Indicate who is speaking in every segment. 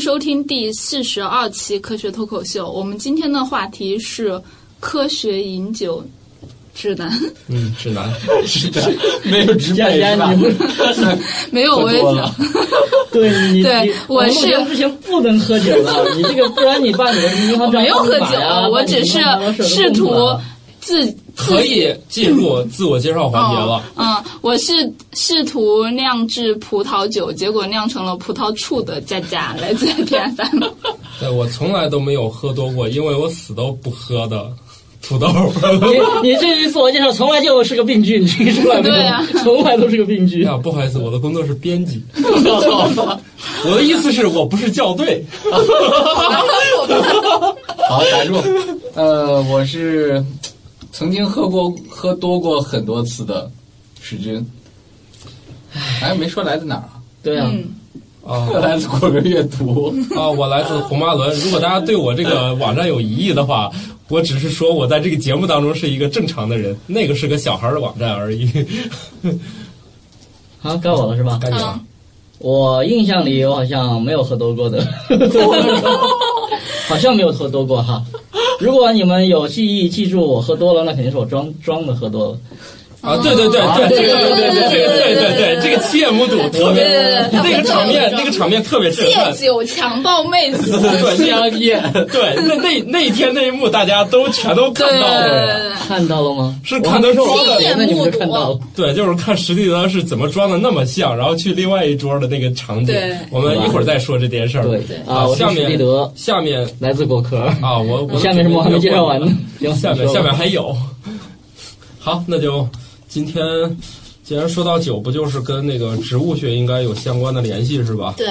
Speaker 1: 收听第四十二期科学脱口秀。我们今天的话题是科学饮酒指南。
Speaker 2: 嗯，指南，
Speaker 3: 是的，没有直白是吧？
Speaker 1: 没有，
Speaker 3: 喝
Speaker 1: 我也
Speaker 3: 多
Speaker 1: 想
Speaker 3: 了，
Speaker 4: 对你，
Speaker 1: 对
Speaker 4: 你
Speaker 1: 我
Speaker 4: 们
Speaker 1: 是
Speaker 4: 觉得不行，不能喝酒 了。你这个，不然你把你的银行
Speaker 1: 我
Speaker 4: 账
Speaker 1: 没有
Speaker 4: 号
Speaker 1: 喝
Speaker 4: 密码
Speaker 1: 酒，
Speaker 4: 呀
Speaker 1: 啊 我
Speaker 4: 把你
Speaker 1: 只是
Speaker 4: 银行账号设
Speaker 1: 试
Speaker 4: 置
Speaker 1: 图
Speaker 4: 密码
Speaker 1: 自
Speaker 2: 可以进入自我介绍环节了。
Speaker 1: 嗯，我是试图酿制葡萄酒，结果酿成了葡萄醋的佳佳，来自 P F M。
Speaker 2: 对我从来都没有喝多过，因为我死都不喝的土豆。
Speaker 4: 你你这一自我介绍从来就是个病句，你这个出来没有？
Speaker 1: 对啊
Speaker 4: 从来都是个病
Speaker 2: 哎
Speaker 4: 句。
Speaker 2: 呀，不好意思，我的工作是编辑。我的意思是我不是校对，
Speaker 3: 好，打住。呃，我是曾经喝过喝多过很多次的史军。哎，没说来自哪儿啊？
Speaker 4: 对啊，
Speaker 1: 嗯，
Speaker 2: 啊
Speaker 3: 来自果园阅 读。
Speaker 2: 啊！我来自红马伦。如果大家对我这个网站有疑义的话，我只是说我在这个节目当中是一个正常的人，那个是个小孩儿的网站而已。
Speaker 4: 好，该我了是吧？
Speaker 2: 赶紧啊
Speaker 1: 嗯
Speaker 4: 我印象里我好像没有喝多 过的，好像没有喝多过哈。如果你们有记忆记住我喝多了，那肯定是我装装的喝多了。
Speaker 2: 啊！对对对对对对对对对对对，这个亲眼目睹特别，那个场面那个场面特别震撼
Speaker 1: 借。酒强暴妹子，
Speaker 2: 对
Speaker 3: 香艳，
Speaker 2: 对，那那那一天那一幕，大家都全都 看
Speaker 1: 对对
Speaker 2: 到了。
Speaker 1: 对
Speaker 4: 看到了吗？
Speaker 2: 是看得出
Speaker 4: 我还没装
Speaker 1: 亲眼
Speaker 4: 呢那你
Speaker 1: 目
Speaker 4: 们
Speaker 1: 睹
Speaker 4: 就看到了。
Speaker 2: 对，就是看史蒂德是怎么装的那么像，然后去另外一桌的那个场景
Speaker 1: 对。
Speaker 2: 我们一会儿再说这件事儿。
Speaker 4: 对啊，
Speaker 2: 啊
Speaker 4: 我，是
Speaker 2: 下
Speaker 4: 史蒂
Speaker 2: 面
Speaker 4: 德，
Speaker 2: 下面
Speaker 4: 来自果壳。
Speaker 2: 啊，我我
Speaker 4: 嗯下面什么我还没介绍完呢？
Speaker 3: 嗯
Speaker 4: 行，
Speaker 2: 下面
Speaker 4: 你说吧
Speaker 2: 下面还有。好，那就今天既然说到酒，不就是跟那个植物学应该有相关的联系是吧？
Speaker 1: 对，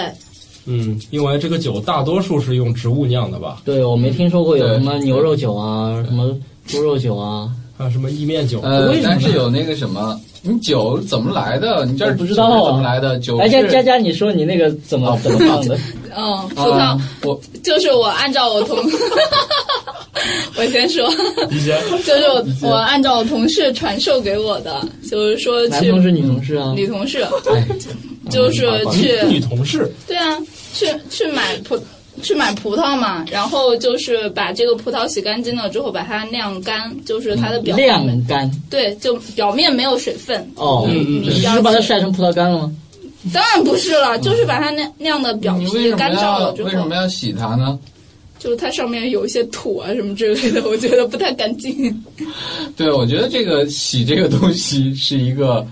Speaker 2: 嗯，因为这个酒大多数是用植物酿的吧？
Speaker 4: 对，我没听说过有什么牛肉酒啊，什么猪肉酒啊，
Speaker 2: 还有什么意面酒？
Speaker 3: 呃
Speaker 4: 为什，么呢
Speaker 3: 但是有那个什么，你酒怎么来的？你这
Speaker 4: 我不知道啊
Speaker 3: 酒是怎么来的？酒
Speaker 4: 哎，佳
Speaker 3: 是
Speaker 4: 佳佳，你说你那个怎么
Speaker 3: 哦
Speaker 4: 怎么放的？
Speaker 1: 嗯，葡萄
Speaker 3: 啊，我
Speaker 1: 就是我按照我同， 我先说，
Speaker 2: 一些
Speaker 1: 就是我我按照我同事传授给我的，就是说
Speaker 4: 男
Speaker 1: 去
Speaker 4: 同事、女同事啊？
Speaker 1: 女同事，
Speaker 4: 哎，
Speaker 1: 就是
Speaker 3: 呃
Speaker 1: 去
Speaker 2: 啊女同事
Speaker 1: 对啊，去去买葡去买葡萄嘛，然后就是把这个葡萄洗干净了之后，把它晾干，就是它的表面、
Speaker 4: 嗯晾干
Speaker 1: 对，就表面没有水分。
Speaker 4: 哦，
Speaker 2: 嗯嗯
Speaker 4: 你是把它晒成葡萄干了吗？
Speaker 1: 当然不是了，就是把它晾晾的表
Speaker 3: 你为
Speaker 1: 皮
Speaker 3: 什么
Speaker 1: 干燥
Speaker 3: 要
Speaker 1: 了之
Speaker 3: 为什
Speaker 1: 后
Speaker 3: 么，要洗它呢？
Speaker 1: 就是它上面有一些土啊什么之类的，我觉得不太干净。
Speaker 3: 对，我觉得这个洗这个东西是一个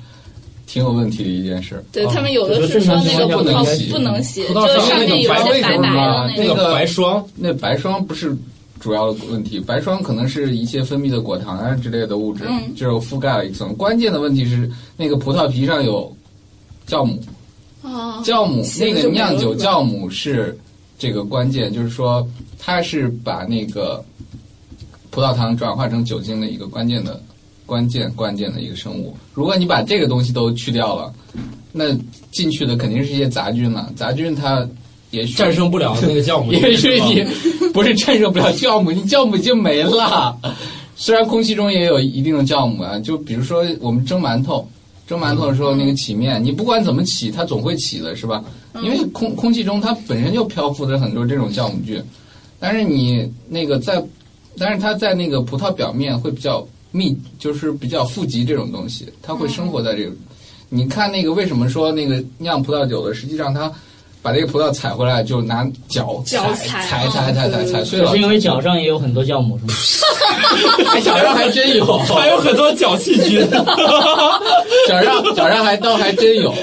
Speaker 3: 挺有问题的一件事。
Speaker 1: 对、
Speaker 2: 哦
Speaker 1: 他们有的
Speaker 4: 就是
Speaker 1: 是说那个
Speaker 4: 正
Speaker 1: 葡
Speaker 4: 常情
Speaker 3: 况
Speaker 1: 萄
Speaker 3: 下不能洗
Speaker 1: 不能洗，
Speaker 2: 葡萄
Speaker 1: 就是
Speaker 2: 上面
Speaker 1: 面有一
Speaker 2: 那个
Speaker 1: 些
Speaker 2: 白
Speaker 1: 白白的那
Speaker 3: 为什
Speaker 2: 啊那
Speaker 3: 么
Speaker 1: 种。
Speaker 2: 个白霜，
Speaker 3: 那白霜不是主要的问题，白霜可能是一些分泌的果糖啊之类的物质，
Speaker 1: 嗯
Speaker 3: 就是覆盖了一层。关键的问题是那个葡萄皮上有酵母，
Speaker 1: 哦，
Speaker 3: 酵母
Speaker 1: 行
Speaker 3: 那
Speaker 1: 就
Speaker 3: 个
Speaker 1: 没
Speaker 3: 酿酒
Speaker 1: 了
Speaker 3: 酵母是这个关键，就是说它是把那个葡萄糖转化成酒精的一个关键的关键关键的一个生物。如果你把这个东西都去掉了，那进去的肯定是一些杂菌了，杂菌它也许
Speaker 2: 战胜不了那个酵母。
Speaker 3: 也许你 不是战胜不了酵母，你酵母已经没了。虽然空气中也有一定的酵母啊，就比如说我们蒸馒头，蒸馒头的时候那个起面，你不管怎么起，它总会起的，是吧？因为空空气中它本身就漂浮着很多这种酵母菌，但是你那个在，但是它在那个葡萄表面会比较密，就是比较富集这种东西，它会生活在这个。你看那个为什么说那个酿葡萄酒的，实际上它把这个葡萄采回来就拿脚
Speaker 1: 脚
Speaker 3: 踩
Speaker 1: 踩
Speaker 3: 踩踩踩踩碎
Speaker 4: 就
Speaker 3: 了
Speaker 4: 是，因为脚上也有很多酵母，是吗？
Speaker 3: 哎脚上还真有，
Speaker 2: 还有很多脚细 菌，
Speaker 3: 脚上脚上还倒还真有。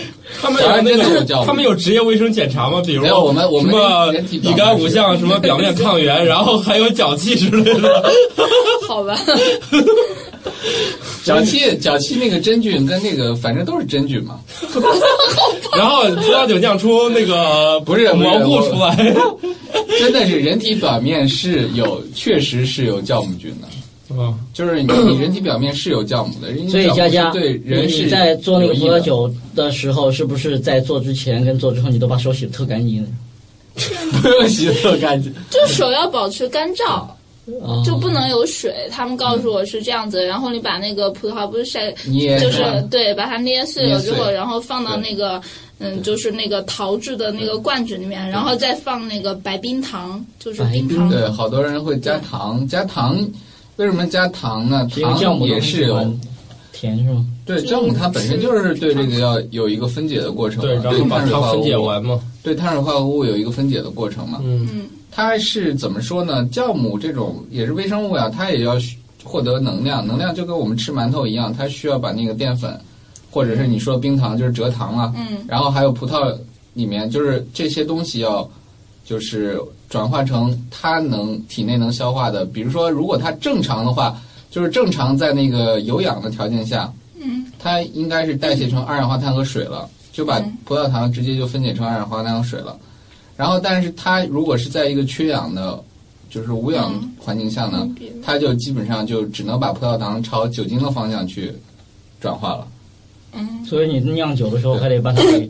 Speaker 2: 他们有那
Speaker 3: 小孩真的有
Speaker 2: 个
Speaker 3: 酵母
Speaker 2: 他们有职业卫生检查吗？比如
Speaker 3: 没有我们我们
Speaker 2: 什么
Speaker 3: 人体表
Speaker 2: 乙
Speaker 3: 面
Speaker 2: 肝
Speaker 3: 是
Speaker 2: 五项，什么表面抗原， 然后还有脚气之类的。
Speaker 1: 好吧，
Speaker 3: 脚气脚气那个真菌跟那个反正都是真菌嘛，
Speaker 2: 然后葡萄酒酿出那个
Speaker 3: 不是不是
Speaker 2: 蘑菇出来，
Speaker 3: 真的是人体表面是有确实是有酵母菌的。
Speaker 2: 啊，
Speaker 3: 就是你你人体表面是有酵母 的，人体
Speaker 4: 所以
Speaker 3: 酵母
Speaker 4: 佳
Speaker 3: 是
Speaker 4: 佳，
Speaker 3: 对人
Speaker 4: 你
Speaker 3: 是
Speaker 4: 在做那个
Speaker 3: 有
Speaker 4: 葡
Speaker 3: 益
Speaker 4: 萄
Speaker 3: 的，
Speaker 4: 酒的时候，是不是在做之前跟做之后，你都把手洗得特干净？
Speaker 3: 不用洗得特干净。
Speaker 1: 就手要保持干燥。
Speaker 4: 啊
Speaker 5: 就不能有水。他们告诉我是这样子，然后你把那个葡萄不是晒，
Speaker 3: 捏
Speaker 5: 就是
Speaker 3: 吧
Speaker 5: 对，把它捏碎了之
Speaker 3: 捏
Speaker 5: 后，
Speaker 3: 碎
Speaker 5: 然后放到那个嗯，就是那个陶制的那个罐子里面，然后再放那个白冰糖，就是
Speaker 4: 白
Speaker 5: 冰
Speaker 4: 冰
Speaker 5: 糖。
Speaker 3: 对，好多人会加糖，加糖。为什么加糖呢？
Speaker 4: 因为酵
Speaker 3: 糖
Speaker 4: 母
Speaker 3: 也
Speaker 4: 都
Speaker 3: 是
Speaker 4: 喜
Speaker 3: 有
Speaker 4: 欢甜是吗？
Speaker 3: 对酵母，它本身就是对这个要有一个分解的过程嘛，
Speaker 2: 对，然后把
Speaker 3: 碳水
Speaker 2: 它
Speaker 3: 化合
Speaker 2: 分
Speaker 3: 物
Speaker 2: 解，完嘛，
Speaker 3: 对碳水化合物有一个分解的过程嘛。
Speaker 2: 嗯，
Speaker 5: 嗯，
Speaker 3: 它是怎么说呢？酵母这种也是微生物呀，它也要需获得能量，能量就跟我们吃馒头一样，它需要把那个淀粉，或者是你说冰糖就是蔗糖啊，
Speaker 5: 嗯，
Speaker 3: 然后还有葡萄里面就是这些东西要就是转化成它能体内能消化的。比如说，如果它正常的话，就是正常在那个有氧的条件下，
Speaker 5: 嗯，
Speaker 3: 它应该是代谢成二氧化碳和水了，就把
Speaker 5: 嗯
Speaker 3: 葡萄糖直接就分解成二氧化碳和水了。然后，但是它如果是在一个缺氧的，就是无氧
Speaker 5: 嗯
Speaker 3: 环境下呢
Speaker 5: 嗯比，
Speaker 3: 它就基本上就只能把葡萄糖朝酒精的方向去转化了。
Speaker 5: 嗯，
Speaker 4: 所以你酿酒的时候还得把它给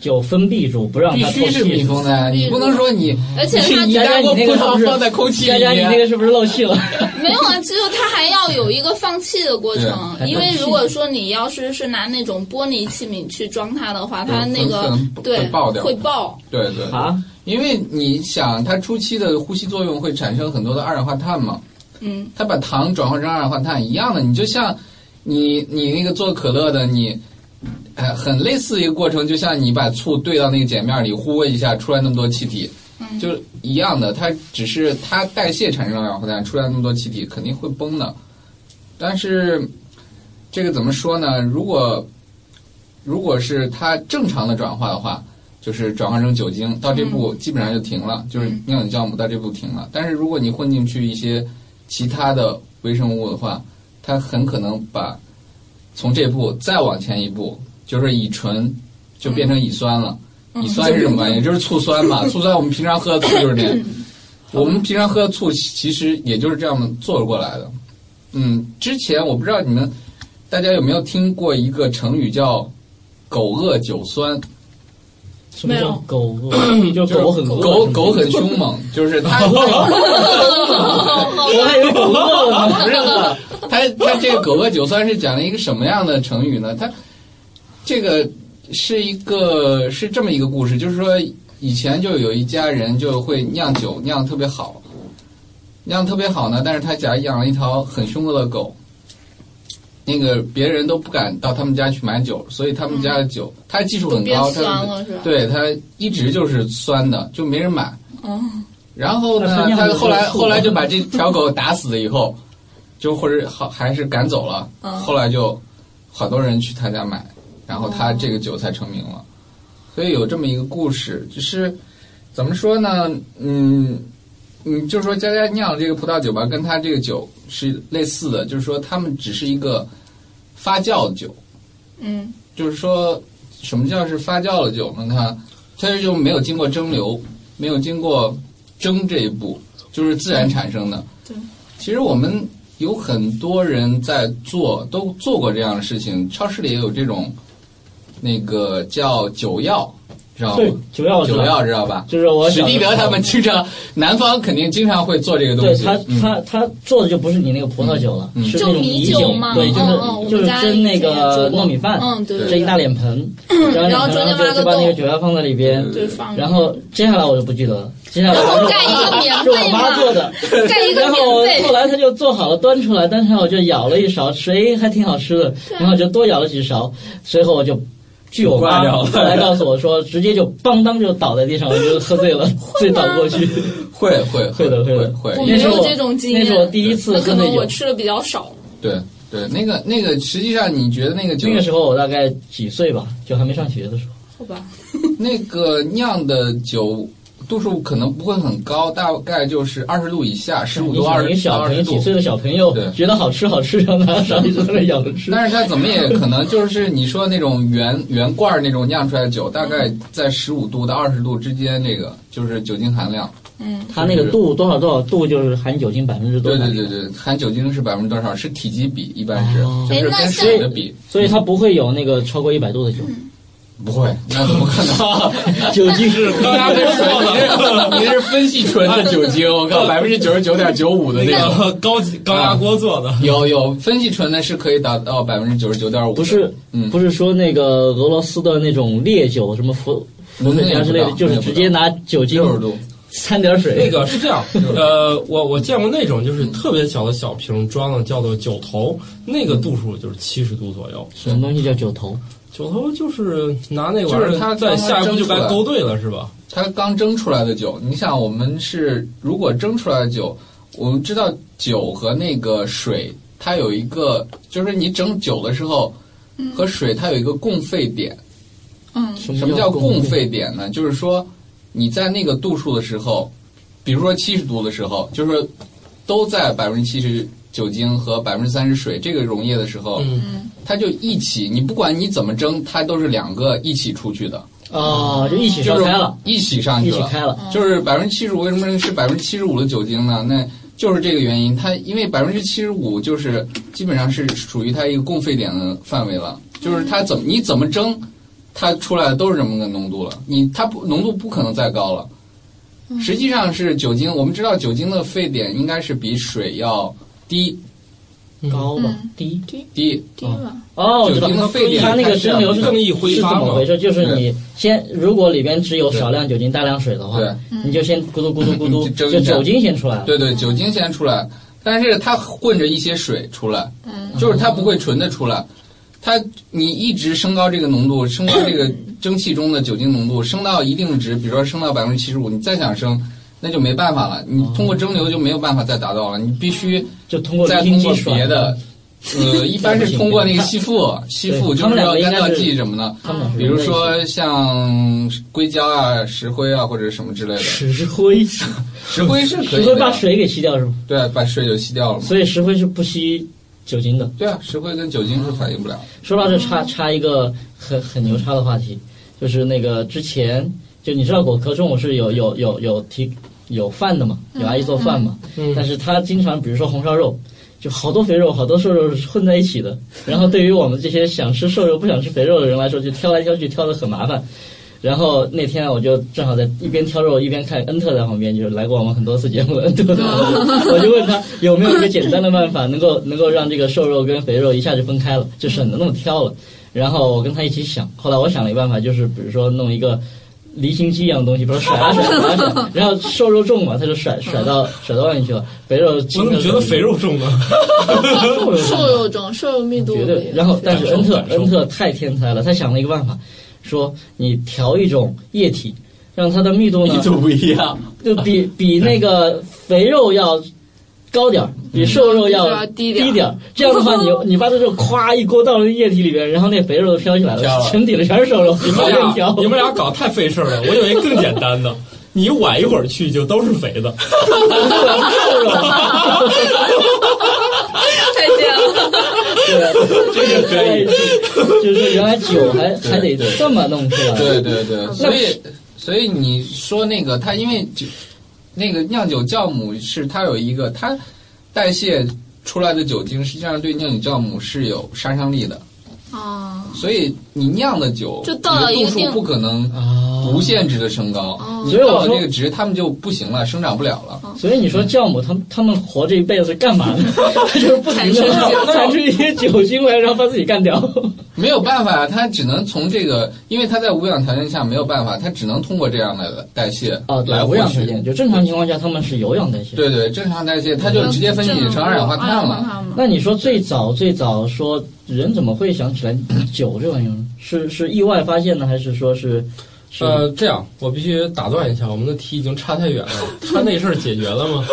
Speaker 4: 酒封闭住，不让
Speaker 3: 必
Speaker 4: 它透
Speaker 3: 须是密
Speaker 4: 气。
Speaker 3: 封的呀，
Speaker 5: 必须
Speaker 3: 你不能说你
Speaker 5: 而且
Speaker 3: 是
Speaker 5: 它
Speaker 3: 你
Speaker 4: 佳佳
Speaker 3: 拿
Speaker 4: 你
Speaker 3: 过
Speaker 4: 那个是不
Speaker 3: 葡萄
Speaker 4: 是
Speaker 3: 放在空气
Speaker 4: 佳
Speaker 3: 里
Speaker 4: 佳，你那
Speaker 3: 面，
Speaker 4: 个是不是漏气 了？
Speaker 5: 没有啊，只有它还要有一个放气的过程，
Speaker 4: 对
Speaker 5: 因为
Speaker 4: 还放气
Speaker 5: 如果说你要是是拿那种玻璃器皿去装它的话，它
Speaker 3: 对
Speaker 5: 那个
Speaker 3: 会
Speaker 5: 对
Speaker 3: 会爆掉
Speaker 5: 会爆
Speaker 3: 对对，
Speaker 4: 啊，
Speaker 3: 因为你想它初期的呼吸作用会产生很多的二氧化碳嘛，
Speaker 5: 嗯，
Speaker 3: 它把糖转化成二氧化碳一样的，你就像你你那个做可乐的你。呃，很类似一个过程，就像你把醋兑到那个碱面里，呼一下出来那么多气体，
Speaker 5: 嗯
Speaker 3: 就一样的。它只是它代谢产生二氧化碳，出来那么多气体，肯定会崩的。但是这个怎么说呢？如果如果是它正常的转化的话，就是转化成酒精，到这步基本上就停了，就是酿酒酵母到这步停了。但是如果你混进去一些其他的微生物的话，它很可能把从这步再往前一步，就是乙醇就变成乙酸了。乙酸是什么玩意？就是醋酸嘛。醋酸我们平常喝的醋就是这样，我们平常喝的醋其实也就是这样做过来的。嗯，之前我不知道你们大家有没有听过一个成语叫“狗饿酒酸”。
Speaker 4: 什么
Speaker 5: 没
Speaker 4: 叫
Speaker 5: 有
Speaker 4: 狗饿？就
Speaker 3: 就是
Speaker 4: 狗很饿
Speaker 3: 狗
Speaker 4: 是吗
Speaker 3: 狗很凶猛，就是它
Speaker 4: 我还以为狗饿了呢。
Speaker 3: 不是的，它它这个狗饿酒酸是讲了一个什么样的成语呢？它这个是一个是这么一个故事，就是说以前就有一家人就会酿酒，酿得特别好，酿得特别好呢，但是他家养了一条很凶恶的狗。那个别人都不敢到他们家去买酒，所以他们家的酒，他 技术
Speaker 5: 都
Speaker 3: 很
Speaker 5: 变
Speaker 3: 高，
Speaker 4: 啊
Speaker 5: 酸
Speaker 3: 他
Speaker 5: 了是吧？
Speaker 3: 对他一直就是酸的，就没人买。
Speaker 5: 嗯，
Speaker 3: 然后呢
Speaker 4: 那，他
Speaker 3: 他
Speaker 4: 酿
Speaker 3: 后来
Speaker 4: 的醋
Speaker 3: 后来就把这条狗打死了以后，就或者好还是赶走了。
Speaker 5: 嗯
Speaker 3: 后来就好多人去他家买，然后他这个酒才成名了。所以有这么一个故事，就是怎么说呢？嗯，嗯，就是说佳佳酿的这个葡萄酒吧，跟他这个酒是类似的，就是说他们只是一个发酵酒。
Speaker 5: 嗯
Speaker 3: 就是说什么叫是发酵的酒呢？它它就没有经过蒸馏，没有经过蒸这一步，就是自然产生的。
Speaker 5: 对，
Speaker 3: 其实我们有很多人在做，都做过这样的事情，超市里也有这种，那个叫酒药，知道
Speaker 4: 对
Speaker 3: 吗？，
Speaker 4: 酒药是
Speaker 3: 酒
Speaker 4: 吧？
Speaker 3: 药知道吧？
Speaker 4: 就是我
Speaker 3: 史
Speaker 4: 小
Speaker 3: 蒂
Speaker 4: 时候
Speaker 3: 德他们经常，南方肯定经常会做这个东
Speaker 4: 对
Speaker 3: 西。
Speaker 4: 他
Speaker 3: 嗯
Speaker 4: 他他做的就不是你那个葡萄酒了，
Speaker 3: 嗯
Speaker 4: 是
Speaker 5: 就
Speaker 4: 那种
Speaker 5: 米
Speaker 4: 酒
Speaker 5: 酒嘛
Speaker 4: 对，就
Speaker 5: 嗯嗯我
Speaker 4: 是就
Speaker 5: 们
Speaker 4: 是
Speaker 5: 家
Speaker 4: 蒸那
Speaker 5: 以前也
Speaker 4: 个
Speaker 5: 做过
Speaker 4: 糯米饭，
Speaker 5: 嗯，对
Speaker 4: 蒸
Speaker 5: 对
Speaker 4: 一大脸盆， 然
Speaker 5: 然后
Speaker 4: 后
Speaker 5: 中间挖
Speaker 4: 就
Speaker 5: 个
Speaker 4: 就把那个
Speaker 5: 洞
Speaker 4: 酒要放在里边，
Speaker 3: 嗯
Speaker 5: 对，放
Speaker 4: 然后接下来我就不记得了，接下来
Speaker 5: 然
Speaker 4: 我
Speaker 5: 后
Speaker 4: 就
Speaker 5: 盖一个棉
Speaker 4: 是我
Speaker 5: 被
Speaker 4: 妈做
Speaker 5: 嘛，
Speaker 4: 的，
Speaker 5: 盖一个
Speaker 4: 然后
Speaker 5: 棉
Speaker 4: 后
Speaker 5: 被，
Speaker 4: 来他就做好了端出来，但是我就舀了一勺，谁还挺好吃的，然后就多舀了几勺，随后我就。据我妈
Speaker 2: 挂掉了
Speaker 4: 后来告诉我说，直接就邦当就倒在地上，我就喝醉了， 醉倒过去。
Speaker 3: 会会
Speaker 4: 会的
Speaker 3: 会
Speaker 4: 会的
Speaker 3: 会，
Speaker 5: 我
Speaker 4: 因为
Speaker 5: 没
Speaker 4: 是
Speaker 5: 有
Speaker 4: 我
Speaker 5: 这种经
Speaker 4: 那是我
Speaker 5: 验。
Speaker 4: 第一次
Speaker 5: 那
Speaker 4: 喝
Speaker 5: 可
Speaker 4: 那
Speaker 5: 能我
Speaker 4: 酒，
Speaker 5: 吃的比较少，
Speaker 3: 对对，那个那个，实际上你觉得那个酒
Speaker 4: 那个时候我大概几岁吧，就还没上学的时
Speaker 5: 好
Speaker 4: 候。
Speaker 5: 吧？
Speaker 3: 那个酿的酒度数可能不会很高，大概就是二十度以下，十五
Speaker 4: 你
Speaker 3: 度
Speaker 4: 想
Speaker 3: 二
Speaker 4: 一个
Speaker 3: 十
Speaker 4: 小朋
Speaker 3: 二十
Speaker 4: 友几
Speaker 3: 度。
Speaker 4: 岁的小朋友
Speaker 3: 对
Speaker 4: 觉得好吃好吃，然后拿勺一直在那咬着吃。
Speaker 3: 但是它怎么也可能就是你说那种原原罐儿那种酿出来的酒，大概在十五度到二十度之间，这个就是酒精含量。
Speaker 5: 嗯，
Speaker 4: 它那个度多少多少度就是含酒精百分之多
Speaker 3: 对
Speaker 4: 少，
Speaker 3: 对对对，含酒精是百分之多少？是体积比，一般是
Speaker 4: 哦
Speaker 3: 就是
Speaker 5: 哎那
Speaker 3: 跟
Speaker 5: 像
Speaker 3: 水的比。
Speaker 4: 所以它不会有那个超过一百度的酒。
Speaker 3: 不会，那怎么可 能？
Speaker 4: 酒精是
Speaker 2: 刚才
Speaker 3: 这
Speaker 2: 没说
Speaker 3: 水， 你这是分析纯的酒精，我靠，百分之九十九点九五的那
Speaker 2: 那
Speaker 3: 种。
Speaker 2: 个啊高级高压锅做的，
Speaker 3: 有有分析纯的是可以达到百分之九十九点五，
Speaker 4: 不是
Speaker 3: 嗯
Speaker 4: 不是说那个俄罗斯的那种烈酒，什么伏伏特加之类的，就是直接拿酒精
Speaker 3: 六十度，
Speaker 4: 掺点水。
Speaker 2: 那个是这样，呃，我我见过那种就是特别小的小瓶装的，叫做酒头，那个度数就是七十度左右。
Speaker 4: 什么东西叫酒头？
Speaker 2: 酒头就是拿那玩意
Speaker 3: 就是它
Speaker 2: 儿，在
Speaker 3: 刚刚
Speaker 2: 下一步就
Speaker 3: 蒸出
Speaker 2: 该
Speaker 3: 来
Speaker 2: 勾兑了，是吧？
Speaker 3: 它刚蒸出来的酒，你想我们是如果蒸出来的酒，我们知道酒和那个水，它有一个就是你整酒的时候和水它有一个共沸点。
Speaker 5: 嗯
Speaker 4: 什
Speaker 3: 什么叫共
Speaker 4: 共
Speaker 3: 沸？点呢？就是说你在那个度数的时候，比如说七十度的时候，就是说都在百分之七十酒精和百分之三十水这个溶液的时候，
Speaker 2: 嗯，
Speaker 3: 它就一起，你不管你怎么蒸，它都是两个一起出去的，
Speaker 4: 啊，就一起
Speaker 3: 就
Speaker 4: 烧
Speaker 3: 是
Speaker 4: 开了，
Speaker 3: 一起上去
Speaker 4: 一起
Speaker 3: 了。
Speaker 4: 开了。
Speaker 3: 就是百分之七十五，为什么是百分之七十五的酒精呢？那就是这个原因，它因为百分之七十五就是基本上是属于它一个共沸点的范围了，就是它怎么你怎么蒸，它出来的都是这么个浓度了，你它不浓度不可能再高了。实际上是酒精，我们知道酒精的沸点应该是比水要低
Speaker 2: 嗯
Speaker 4: 高吧，低
Speaker 3: 低，
Speaker 5: 低吧，
Speaker 4: 哦，我知道
Speaker 3: 嗯酒精的沸，点
Speaker 4: 它那个蒸馏
Speaker 2: 它是这样
Speaker 4: 是
Speaker 2: 的更易挥
Speaker 4: 是怎
Speaker 2: 发嘛
Speaker 4: 么回事？就是你先，如果里边只有少量酒精、大量水的话
Speaker 3: 对，
Speaker 4: 你就先咕嘟咕嘟咕 嘟，
Speaker 3: 嗯就
Speaker 4: 就酒精先出来了。
Speaker 3: 对对，酒精先出来，但是它混着一些水出来，
Speaker 4: 哦
Speaker 5: 嗯
Speaker 3: 就是它不会纯的出
Speaker 4: 嗯
Speaker 3: 来，它你一直升高这个浓度，升高这个蒸汽中的酒精浓度，升到一定值，比如说升到百分之七十五，你再想升，那就没办法了，你通过蒸馏就没有办法再达到了，你必须
Speaker 4: 就嗯通过
Speaker 3: 再
Speaker 4: 离心
Speaker 3: 通
Speaker 4: 机
Speaker 3: 过
Speaker 4: 出来
Speaker 3: 别的。呃，一般是通过那个吸附，吸附
Speaker 4: 对
Speaker 3: 就
Speaker 4: 他
Speaker 3: 是
Speaker 4: 们两
Speaker 3: 说
Speaker 4: 个应该
Speaker 3: 干燥
Speaker 4: 是
Speaker 3: 剂什么的，
Speaker 4: 他们俩是
Speaker 3: 比如说像硅胶啊、石灰啊或者什么之类的。
Speaker 4: 石灰，石
Speaker 3: 石灰是可以的
Speaker 4: 灰
Speaker 3: 呀，
Speaker 4: 把水给吸掉是吗？
Speaker 3: 对，把水就吸掉了嘛。
Speaker 4: 所以石灰是不吸酒精的。
Speaker 3: 对啊，石灰跟酒精是反 应不了。
Speaker 4: 说到这插插一个很很牛叉的话题，就是那个之前就你知道果壳中午是有有有有提有饭的嘛，有阿姨做饭嘛，
Speaker 2: 嗯
Speaker 4: 但是她经常比如说红烧肉。就好多肥肉，好多瘦肉是混在一起的。然后对于我们这些想吃瘦肉不想吃肥肉的人来说，就挑来挑去，挑的很麻烦。然后那天我就正好在一边挑肉一边看恩特在旁边，就是来过我们很多次节目的恩特在旁边，我就问他有没有一个简单的办法能够能够让这个瘦肉跟肥肉一下就分开了，就省得那么挑了。然后我跟他一起想，后来我想了一个办法，就是比如说弄一个离心机一样的东西，比如说甩啊甩啊甩啊，然后瘦肉重嘛，他就甩甩到甩到外面去了，肥肉
Speaker 2: 我
Speaker 4: 轻
Speaker 2: 怎么
Speaker 4: 的
Speaker 2: 觉得肥肉重呢？
Speaker 4: 瘦肉重
Speaker 1: 瘦肉中，瘦肉密度
Speaker 4: 绝对。
Speaker 1: 比
Speaker 4: 然后，但是恩特
Speaker 2: 感受
Speaker 4: 恩特太天才了，他想了一个办法，说你调一种液体，让它的密度呢
Speaker 3: 不一样，
Speaker 4: 就比比那个肥肉要高点儿，比瘦肉要
Speaker 1: 低
Speaker 4: 低
Speaker 1: 点
Speaker 4: 点儿。这样的话，你你把这肉咵一锅倒到那液体里边，然后那肥肉都飘起来
Speaker 3: 飘
Speaker 4: 了，
Speaker 3: 了
Speaker 4: 沉底了全是瘦肉，
Speaker 2: 你
Speaker 4: 你
Speaker 2: 们
Speaker 4: 随便
Speaker 2: 俩
Speaker 4: 挑。
Speaker 2: 你们俩搞太费事儿了，我有一个更简单的。你晚一会儿去就都是肥的，
Speaker 5: 再见了。
Speaker 4: 对，
Speaker 3: 这个可以。
Speaker 4: 就是原来酒还还得
Speaker 3: 对
Speaker 4: 这么弄出来。
Speaker 3: 对对对，所以所以你说那个它因为酒，那个酿酒酵母是它有一个它代谢出来的酒精，实际上对酿酒酵母是有杀伤力的，
Speaker 5: 哦
Speaker 1: 啊，
Speaker 3: 所以你酿的酒
Speaker 1: 就到了
Speaker 3: 你
Speaker 1: 一个
Speaker 3: 的度
Speaker 1: 定
Speaker 3: 数不可能
Speaker 4: 啊，
Speaker 3: 无限制的升高，
Speaker 1: 哦
Speaker 3: 你
Speaker 4: 所以我
Speaker 3: 到
Speaker 4: 说
Speaker 3: 了啊这个值，它们就不行了，生长不了了。
Speaker 4: 所以你说酵母他们他们活这一辈子是干嘛的？就是不停 的产出一些酒精来，然后把自己干掉。
Speaker 3: 没有办法，它只能从这个，因为它在无氧条件下没有办法，它只能通过这样的代谢
Speaker 4: 啊，对
Speaker 3: 来，
Speaker 4: 无
Speaker 3: 获
Speaker 4: 氧条
Speaker 3: 取。
Speaker 4: 件，就正常情况下他们是有氧代谢。
Speaker 3: 对对，正常代谢，它就直接
Speaker 5: 嗯
Speaker 3: 分解成二氧化碳
Speaker 1: 二氧
Speaker 3: 了。
Speaker 1: 化碳嘛
Speaker 4: 那你说最早最早说人怎么会想起来酒这玩意儿呢？是是意外发现呢，还是说是是、
Speaker 2: 呃，这样我必须打断一下，我们的题已经差太远了。他那事儿解决了吗？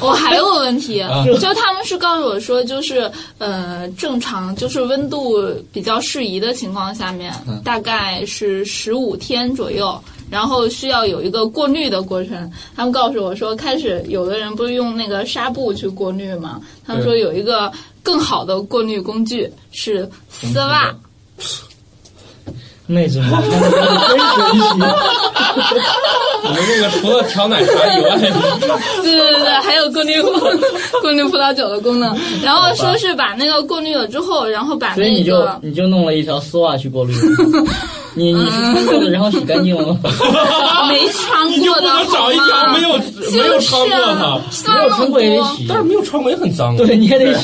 Speaker 1: 我哦还有个问题
Speaker 2: 啊，
Speaker 1: 就他们是告诉我说，就是呃，正常就是温度比较适宜的情况下面，
Speaker 3: 嗯
Speaker 1: 大概是十五天左右，然后需要有一个过滤的过程。他们告诉我说，开始有的人不是用那个纱布去过滤嘛，他们说有一个更好的过滤工具是丝袜。
Speaker 4: 嗯妹子们穿的真神奇，
Speaker 2: 你们那个除了调奶茶以 外，
Speaker 1: 对对 对，还有过滤过滤葡萄酒的功能。然后说是把那个过滤了之后，然后把
Speaker 4: 所以
Speaker 1: 那
Speaker 4: 你就
Speaker 1: 个
Speaker 4: 你就弄了一条丝袜去过滤。你你是穿过的，然后洗干净了吗？
Speaker 1: 没穿
Speaker 2: 又
Speaker 1: 过
Speaker 2: 不
Speaker 1: 的
Speaker 2: 能找一
Speaker 1: 好
Speaker 2: 条
Speaker 1: 吗
Speaker 2: 没有
Speaker 1: 就是啊
Speaker 2: 没有穿过的，
Speaker 4: 没
Speaker 1: 算
Speaker 4: 有
Speaker 1: 那么
Speaker 4: 穿过也得
Speaker 1: 多。
Speaker 4: 洗，
Speaker 2: 但是没有穿过也很脏啊。
Speaker 4: 对你也得洗。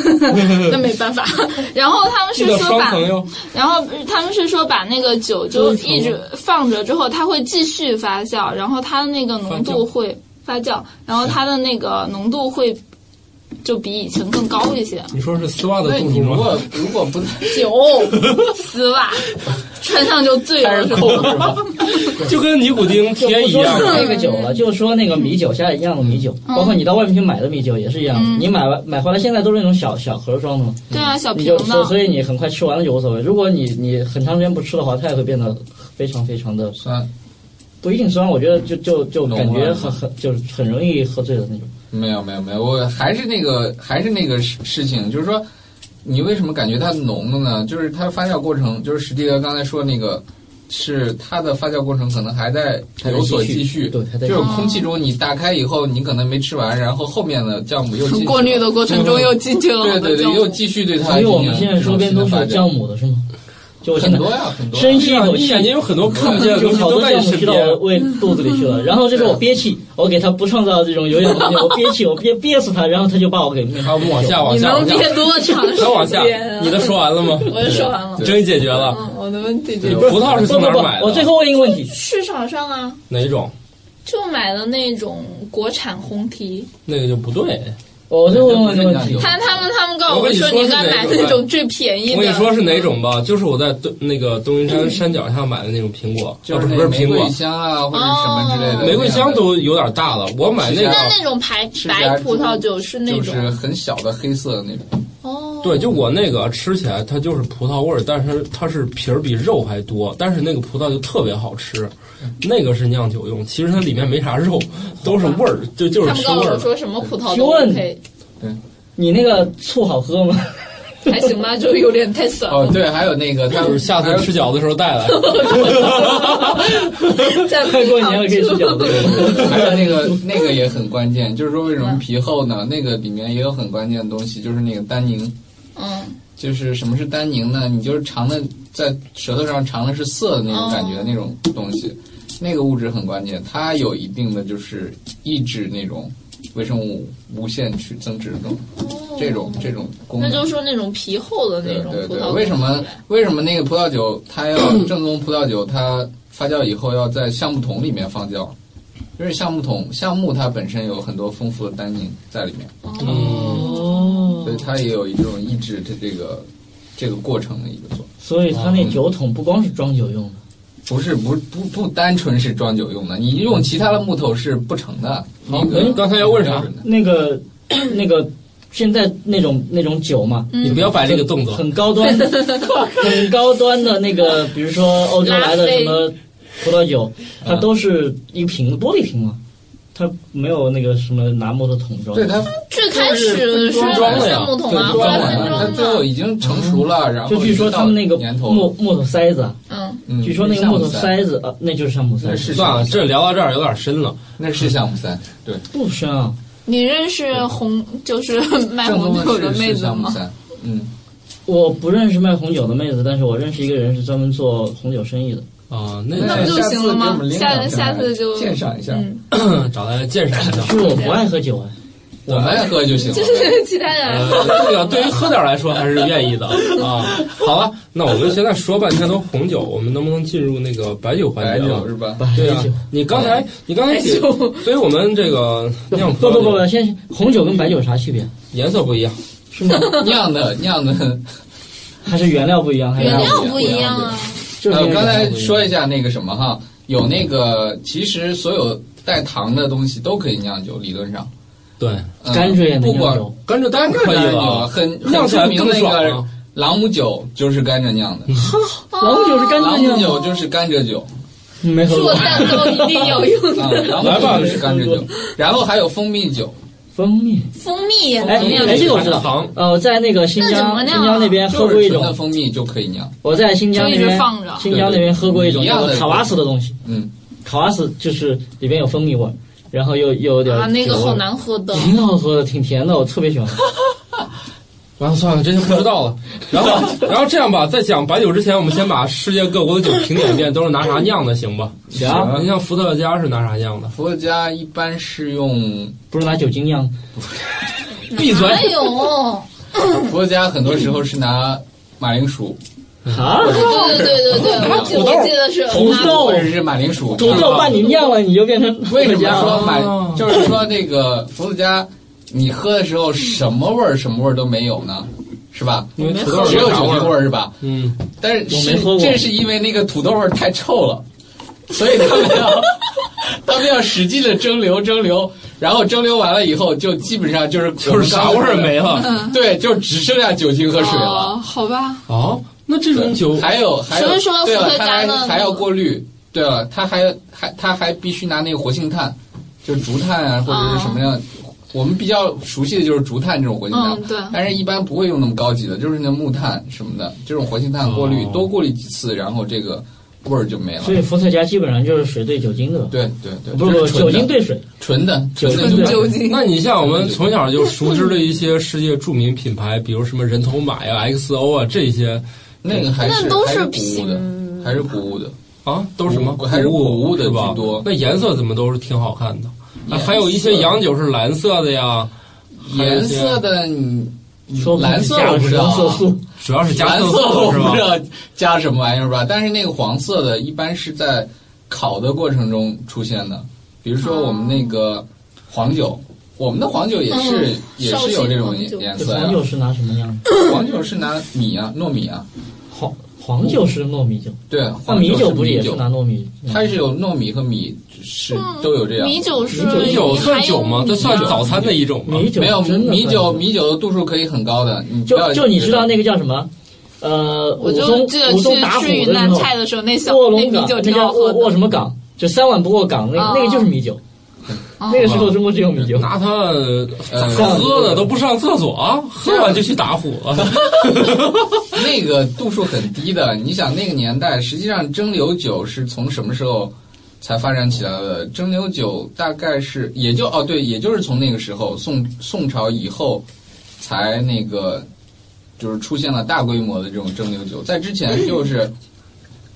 Speaker 1: 那没办法，
Speaker 5: 然后他们
Speaker 2: 这
Speaker 5: 是
Speaker 2: 个
Speaker 5: 说
Speaker 2: 双
Speaker 5: 把，
Speaker 2: 层哟，
Speaker 5: 然后他们是说把那个酒就一直放着之后，它会继续发酵，然后它的那个浓度会发酵，然后它的那个浓度会就比以前更高一些。
Speaker 2: 你说是丝袜的
Speaker 3: 那
Speaker 2: 度
Speaker 3: 你
Speaker 2: 数
Speaker 3: 如
Speaker 2: 吗？
Speaker 3: 果如果不
Speaker 5: 酒、丝袜，穿上就醉
Speaker 3: 开
Speaker 5: 了
Speaker 3: 始
Speaker 5: 是
Speaker 3: 扣
Speaker 5: 吗？
Speaker 3: 是吧？
Speaker 2: 就跟尼古丁
Speaker 4: 就
Speaker 2: 贴
Speaker 4: 不
Speaker 2: 一
Speaker 4: 说
Speaker 2: 样啊
Speaker 4: 是，那个酒了，就说那个米酒，现在一样的米酒，包括你到外面去买的米酒也是一样的。你买完买回来，现在都是那种小小盒装的嘛，
Speaker 5: 对啊，小
Speaker 4: 你
Speaker 5: 瓶
Speaker 4: 就所
Speaker 5: 的。
Speaker 4: 所以你很快吃完了就无所谓。如果你你很长时间不吃的话，它也会变得非常非常的
Speaker 3: 酸
Speaker 4: 不一定酸，我觉得就就就
Speaker 3: 浓
Speaker 4: 感觉
Speaker 3: 了
Speaker 4: 很很就是很容易喝醉的那种。
Speaker 3: 没有没有没有，我还是那个还是那个事事情，就是说，你为什么感觉它浓了呢？就是它发酵过程，就是史蒂德刚才说那个，是它的发酵过程可能还在
Speaker 4: 还在
Speaker 3: 有所
Speaker 4: 继续
Speaker 3: 继续，
Speaker 4: 对还在
Speaker 3: 就是
Speaker 4: 继
Speaker 3: 空气中你打开以后，你可能没吃完，然后后面的酵母又进去了
Speaker 1: 过滤的过程中又进去了
Speaker 3: 对
Speaker 1: 很多
Speaker 3: 对对，
Speaker 1: 酵
Speaker 3: 又
Speaker 1: 母。
Speaker 3: 继续对它
Speaker 4: 所以
Speaker 3: 进
Speaker 4: 我
Speaker 3: 行
Speaker 4: 们现在
Speaker 3: 这
Speaker 4: 周
Speaker 3: 种
Speaker 4: 边
Speaker 3: 新
Speaker 4: 都
Speaker 3: 的
Speaker 4: 是
Speaker 3: 发
Speaker 4: 有酵
Speaker 3: 酵，
Speaker 4: 母的是吗？就我现
Speaker 3: 很
Speaker 4: 在
Speaker 3: 多呀很多呀。
Speaker 4: 深吸
Speaker 2: 对
Speaker 4: 一
Speaker 2: 啊
Speaker 4: 口
Speaker 2: 你
Speaker 4: 气
Speaker 2: 眼，睛有很多看不见的
Speaker 4: 就
Speaker 2: 东西
Speaker 4: 好
Speaker 2: 都
Speaker 4: 多
Speaker 2: 在
Speaker 4: 酵
Speaker 2: 你
Speaker 4: 母
Speaker 2: 身
Speaker 4: 吸到
Speaker 2: 边
Speaker 4: 我。胃肚子里去了，然后这时候我憋气，我给它不创造这种有氧空间，我憋气，我憋憋死它，然后它就把我给灭。
Speaker 2: 啊，我们往下，往
Speaker 1: 你
Speaker 2: 下，
Speaker 1: 能
Speaker 2: 往下，
Speaker 1: 憋 多长时
Speaker 2: 再往下
Speaker 1: 间啊？，
Speaker 2: 你的说完了吗？
Speaker 1: 我就说完 了，
Speaker 2: 真解决了。
Speaker 1: 嗯，我的问题就
Speaker 2: 葡萄是
Speaker 4: 不
Speaker 2: 从
Speaker 4: 不
Speaker 2: 哪
Speaker 4: 不
Speaker 2: 儿买，的？
Speaker 4: 我最后问一个问题，
Speaker 1: 市场上啊，
Speaker 2: 哪种？
Speaker 1: 就买了那种国产红提，
Speaker 2: 那个就不对。
Speaker 4: 我最后问一个问题，
Speaker 1: 看他们他们告诉
Speaker 2: 我跟你
Speaker 1: 说
Speaker 2: 说
Speaker 1: 你
Speaker 2: 是
Speaker 1: 该
Speaker 2: 哪
Speaker 1: 买
Speaker 2: 种
Speaker 1: 那种最便宜的。
Speaker 2: 我跟你说是哪种吧，就是我在东那个东云山山脚下买的那种苹果，
Speaker 3: 就
Speaker 2: 啊
Speaker 3: 是
Speaker 2: 不
Speaker 3: 那
Speaker 2: 是不是
Speaker 3: 玫
Speaker 2: 苹
Speaker 3: 瑰
Speaker 2: 果，
Speaker 3: 香啊，或者什么之
Speaker 1: 哦
Speaker 3: 类的，
Speaker 2: 玫瑰香都有点大了。我买那个
Speaker 3: 是
Speaker 1: 那那种白
Speaker 3: 是啊
Speaker 1: 白葡萄酒是那
Speaker 3: 就
Speaker 1: 种
Speaker 3: 是很小的黑色的那种。
Speaker 1: 哦，
Speaker 2: 对，就我那个吃起来它就是葡萄味儿，但是它是皮儿比肉还多，但是那个葡萄就特别好吃，那个是酿酒用，其实它里面没啥肉，都是味儿，就就是
Speaker 1: 他们
Speaker 2: 吃
Speaker 1: 告
Speaker 2: 味
Speaker 1: 诉
Speaker 2: 儿
Speaker 1: 我
Speaker 2: 的。
Speaker 1: 说什么葡萄
Speaker 4: 提
Speaker 1: 都
Speaker 4: 问
Speaker 1: OK，
Speaker 4: 你那个醋好喝吗？
Speaker 1: 还行吧，就有点太酸
Speaker 3: 哦
Speaker 1: 了，，
Speaker 3: 对，还有那个，它
Speaker 2: 就是 下次吃饺子的时候带 来。
Speaker 1: 再
Speaker 4: 快过年了可以吃饺子。
Speaker 3: 还有那个那个也很关键，就是说为什么皮厚呢？那个里面也有很关键的东西，就是那个单宁。
Speaker 1: 嗯，
Speaker 3: 就是什么是单宁呢？你就是尝的在舌头上尝的是涩的那种感觉的那种东
Speaker 1: 哦
Speaker 3: 西，那个物质很关键，它有一定的就是抑制那种微生物无限去增殖的这种这种功
Speaker 1: 哦那
Speaker 3: 能。
Speaker 1: 就是说那种皮厚的那
Speaker 3: 对
Speaker 1: 种
Speaker 3: 对
Speaker 1: 葡
Speaker 3: 对
Speaker 1: 萄，
Speaker 3: 为什么为什么那个葡萄酒 它要正宗葡萄酒它发酵以后要在橡木桶里面放酵？因为橡木桶橡木它本身有很多丰富的单宁在里面，
Speaker 2: 嗯
Speaker 4: 哦
Speaker 3: 所以，它也有一种抑制它这个这个过程的一个作用。
Speaker 4: 所以它那酒桶不光是装酒用的，
Speaker 3: 不是不不不单纯是装酒用的，你用其他的木头是不成的。
Speaker 2: 好
Speaker 4: 哦
Speaker 2: 哎
Speaker 3: 那个
Speaker 2: 刚才要问啥
Speaker 3: 标准的
Speaker 4: 那个那个现在那种那种酒嘛，
Speaker 2: 你不要摆这个动作，
Speaker 1: 嗯
Speaker 4: 很高 端，很高端的那个，比如说欧洲来的什么葡萄酒，它都是一瓶子玻璃瓶嘛，它没有那个什么拿木头桶装。
Speaker 3: 对它
Speaker 1: 最开始是
Speaker 2: 分装了呀
Speaker 1: 橡木桶
Speaker 2: 对
Speaker 1: 嘛，
Speaker 2: 分
Speaker 1: 后
Speaker 3: 装
Speaker 1: 来
Speaker 3: 完
Speaker 1: 分
Speaker 3: 了，它
Speaker 1: 装
Speaker 3: 最后
Speaker 1: 的，
Speaker 3: 已经成熟了，然后
Speaker 4: 就据说他们那个
Speaker 3: 一直到年
Speaker 4: 木
Speaker 3: 头，
Speaker 4: 木头塞子，啊，
Speaker 1: 嗯，
Speaker 3: 嗯
Speaker 4: 据说那个木头
Speaker 3: 塞，
Speaker 4: 塞子，呃，那就是橡木塞
Speaker 3: 那
Speaker 4: 子，
Speaker 3: 是
Speaker 2: 算了，这聊到这儿有点深了。
Speaker 3: 那是橡木塞，对，
Speaker 4: 不深啊。
Speaker 1: 你认识红就是卖
Speaker 3: 正宗
Speaker 1: 红酒的
Speaker 3: 是
Speaker 1: 妹
Speaker 3: 是
Speaker 1: 子
Speaker 3: 橡木
Speaker 1: 吗？
Speaker 3: 塞，嗯，
Speaker 4: 我不认识卖红酒的妹子，但是我认识一个人是专门做红酒生意的。
Speaker 2: 啊，
Speaker 1: 那
Speaker 2: 那
Speaker 1: 不就
Speaker 3: 下次
Speaker 1: 行了吗
Speaker 3: 给我们领
Speaker 1: 下
Speaker 3: 两瓶
Speaker 1: 下次
Speaker 3: 来
Speaker 1: 就
Speaker 3: 鉴赏一下，
Speaker 1: 嗯
Speaker 2: 找他鉴赏一下
Speaker 4: 可。是我不爱喝酒啊，
Speaker 3: 我们爱喝就行了。
Speaker 1: 其他人
Speaker 2: 呃，这个对于喝点儿来说还是愿意的 啊。好了，那我们现在说半天都红酒，我们能不能进入那个白酒环
Speaker 3: 白
Speaker 2: 节了
Speaker 3: 酒？是吧？
Speaker 2: 对啊
Speaker 4: 白酒。，
Speaker 2: 你刚才你刚才解，所以我们这个
Speaker 4: 不
Speaker 2: 酿葡
Speaker 4: 不不
Speaker 2: 萄酒
Speaker 4: 不，先红酒跟白酒有啥区别？
Speaker 2: 颜色不一样，
Speaker 4: 是吗？
Speaker 3: 酿的酿的，
Speaker 4: 还是原料不一样？还是
Speaker 1: 原料
Speaker 3: 不
Speaker 1: 不
Speaker 3: 一
Speaker 1: 一
Speaker 3: 样
Speaker 1: 样啊，
Speaker 4: 就是
Speaker 3: 呃，
Speaker 4: 那个
Speaker 3: 刚才说一下那个什么哈，有那个其实所有带糖的东西都可以酿酒，理论上。
Speaker 2: 对，
Speaker 3: 嗯
Speaker 4: 甘蔗也能
Speaker 3: 不
Speaker 4: 酿
Speaker 3: 管
Speaker 4: 酒，
Speaker 2: 甘蔗当然可以了，
Speaker 3: 很
Speaker 2: 酿
Speaker 3: 很
Speaker 2: 起
Speaker 3: 出
Speaker 2: 来
Speaker 3: 名
Speaker 2: 更
Speaker 3: 的那
Speaker 2: 爽
Speaker 3: 个
Speaker 2: 啊。
Speaker 3: 朗姆酒就是甘蔗酿的，
Speaker 1: 哦
Speaker 4: 朗姆酒是甘
Speaker 3: 朗
Speaker 4: 蔗
Speaker 3: 姆
Speaker 4: 酿
Speaker 3: 酒
Speaker 4: 的，
Speaker 3: 就是甘蔗酒
Speaker 4: 没喝
Speaker 1: 做
Speaker 4: 过。
Speaker 1: 蛋糕一定要 用
Speaker 3: 啊，
Speaker 1: 的
Speaker 3: 朗姆
Speaker 2: 来吧
Speaker 3: 酒就是甘蔗酒，然后还有蜂蜜酒，
Speaker 4: 蜂蜜，
Speaker 1: 蜂蜜也能
Speaker 4: 哎
Speaker 1: 啊酿
Speaker 4: 哎，这个我知
Speaker 2: 糖
Speaker 4: 道。呃，在那个新
Speaker 1: 那怎
Speaker 4: 疆
Speaker 1: 么
Speaker 4: 新
Speaker 1: 酿啊
Speaker 4: 疆那边喝
Speaker 3: 就
Speaker 4: 过
Speaker 3: 是
Speaker 4: 一
Speaker 3: 纯的
Speaker 4: 种，
Speaker 3: 蜂蜜就可以酿，
Speaker 4: 我在新疆那
Speaker 1: 就一
Speaker 4: 边
Speaker 1: 直放着
Speaker 4: 新疆那边喝过一种
Speaker 3: 对对
Speaker 4: 叫
Speaker 3: 一样
Speaker 4: 做
Speaker 3: 的
Speaker 4: 卡瓦斯的东西，
Speaker 3: 嗯，
Speaker 4: 卡瓦斯就是里边有蜂蜜味儿，然后又又有点
Speaker 1: 啊，那个
Speaker 4: 酒味
Speaker 1: 好
Speaker 4: 儿
Speaker 1: 难喝的。
Speaker 4: 挺好喝的，挺甜的，我特别喜欢喝。
Speaker 2: 完了算了，这就不知道了。然 后，然后这样吧，在讲白酒之前，我们先把世界各国的酒评点一遍，都是拿啥酿的，行吧？
Speaker 3: 行
Speaker 4: 啊
Speaker 2: 你像伏特加是拿啥酿的？
Speaker 3: 伏特加一般是用
Speaker 4: 不是拿酒精酿，
Speaker 2: 闭嘴！
Speaker 1: 哎呦，
Speaker 3: 伏特加，很多时候是拿马铃薯嗯
Speaker 4: 啊，
Speaker 1: 对对对对对，我记我记得是
Speaker 4: 土豆
Speaker 3: 或者是马铃薯。
Speaker 4: 土豆把你酿了，你就变成
Speaker 3: 为什
Speaker 4: 伏特加
Speaker 3: 么
Speaker 4: 了
Speaker 3: 说买？
Speaker 4: 哦
Speaker 3: 就是说这个伏特加，你喝的时候什么味儿什么味儿都没有呢，是吧？
Speaker 2: 因为土豆
Speaker 3: 只有
Speaker 2: 啥
Speaker 3: 酒精味
Speaker 2: 儿？
Speaker 3: 儿是吧？
Speaker 2: 嗯，
Speaker 3: 但是
Speaker 4: 我
Speaker 3: 是
Speaker 4: 没喝过
Speaker 3: 这是因为那个土豆味儿太臭了，所以他们要 他们要使劲的蒸馏蒸馏，然后蒸馏完了以后，就基本上就是
Speaker 2: 就是啥味儿没 了。
Speaker 3: 对，就只剩下酒精和水了。
Speaker 1: 嗯哦，好吧，
Speaker 2: 哦，那这种酒
Speaker 3: 还有还有，
Speaker 1: 所以说
Speaker 3: 对了，
Speaker 1: 伏特
Speaker 3: 它
Speaker 1: 加
Speaker 3: 还
Speaker 1: 呢
Speaker 3: 还要过滤。对了，它还还它还必须拿那个活性炭，就是竹炭啊，或者是什么样。我们比较熟悉的就是竹炭这种活性炭，
Speaker 1: 哦嗯对
Speaker 3: 但是一般不会用那么高级的，就是那木炭什么的，这种活性炭过滤、
Speaker 2: 哦
Speaker 3: 多过滤几次，然后这个味儿就没 了
Speaker 4: 所。以伏特加基本上就是水兑酒精的，
Speaker 3: 对对对，
Speaker 4: 不
Speaker 3: 就
Speaker 4: 不
Speaker 3: 是
Speaker 4: 酒
Speaker 3: 纯的
Speaker 4: 精兑水，
Speaker 3: 纯的纯的
Speaker 4: 酒精
Speaker 1: 酒精
Speaker 2: 那你像我们从小就熟知的一些世界著名品牌，比如什么人头马呀、XO 啊这些
Speaker 3: 那个还是
Speaker 1: 那都
Speaker 3: 还
Speaker 1: 是
Speaker 3: 是谷物
Speaker 1: 品
Speaker 3: 的，还是谷物的。
Speaker 2: 啊，都是什么
Speaker 3: 谷还是谷物的
Speaker 2: 是吧
Speaker 3: 居多
Speaker 2: 那颜色怎么都是挺好看的，啊
Speaker 3: 颜色
Speaker 2: 还有一些洋酒是蓝色的呀，还有
Speaker 3: 颜
Speaker 2: 一些
Speaker 3: 色的你
Speaker 4: 说
Speaker 3: 嗯蓝色
Speaker 4: 加
Speaker 3: 我
Speaker 4: 了
Speaker 3: 不知
Speaker 4: 什
Speaker 3: 道
Speaker 4: 么
Speaker 3: 啊
Speaker 4: 色素，
Speaker 2: 主要是加
Speaker 3: 蓝
Speaker 2: 色
Speaker 3: 色我
Speaker 2: 素是
Speaker 3: 不知
Speaker 2: 吧？
Speaker 3: 道加什么玩意儿吧，但是那个黄色的一般是在烤的过程中出现的，比如说我们那个黄酒，我们的黄酒也是、
Speaker 1: 嗯
Speaker 3: 也是有这
Speaker 1: 绍
Speaker 3: 种
Speaker 1: 兴黄酒
Speaker 3: 颜
Speaker 4: 这
Speaker 3: 色呀
Speaker 4: 黄。酒是拿什么酿的？
Speaker 3: 黄酒是拿米啊，糯米啊，
Speaker 4: 黄黄酒是糯米酒，
Speaker 3: 对，
Speaker 4: 那
Speaker 3: 黄
Speaker 4: 啊米
Speaker 3: 酒
Speaker 4: 酒不是
Speaker 3: 米
Speaker 4: 也是拿糯米？
Speaker 3: 它是有糯米和米是都有这样。
Speaker 1: 嗯米酒是
Speaker 4: 米
Speaker 2: 米酒算酒吗？这算
Speaker 3: 米酒
Speaker 2: 早餐的一种吗？
Speaker 4: 嗯米酒
Speaker 3: 没有
Speaker 4: 真的
Speaker 3: 米酒，
Speaker 4: 很
Speaker 3: 米酒的度数可以很高的，你不要
Speaker 4: 就就你知道那个
Speaker 3: 个
Speaker 4: 叫什么？呃，
Speaker 1: 我
Speaker 4: 武
Speaker 1: 就
Speaker 4: 松
Speaker 1: 记得
Speaker 4: 武松
Speaker 1: 去
Speaker 4: 打虎
Speaker 1: 吃
Speaker 4: 的
Speaker 1: 云
Speaker 4: 时
Speaker 1: 南
Speaker 4: 候，
Speaker 1: 菜的时候，那小
Speaker 4: 卧
Speaker 1: 那
Speaker 4: 龙
Speaker 1: 米
Speaker 4: 岗
Speaker 1: 酒
Speaker 4: 那
Speaker 1: 挺
Speaker 4: 叫
Speaker 1: 好
Speaker 4: 卧
Speaker 1: 喝
Speaker 4: 卧
Speaker 1: 的。
Speaker 4: 什么岗？就三碗不过岗，那
Speaker 1: 哦
Speaker 4: 个那个就是米酒，那个时候中国只有米酒。
Speaker 3: 哦
Speaker 2: 拿它
Speaker 3: 呃
Speaker 2: 喝的都不上厕所啊，喝完就去打虎了。
Speaker 3: 那个度数很低的，你想那个年代，实际上蒸馏酒是从什么时候才发展起来的？蒸馏酒大概是也就哦对，也就是从那个时候宋宋朝以后才那个就是出现了大规模的这种蒸馏酒，在之前就是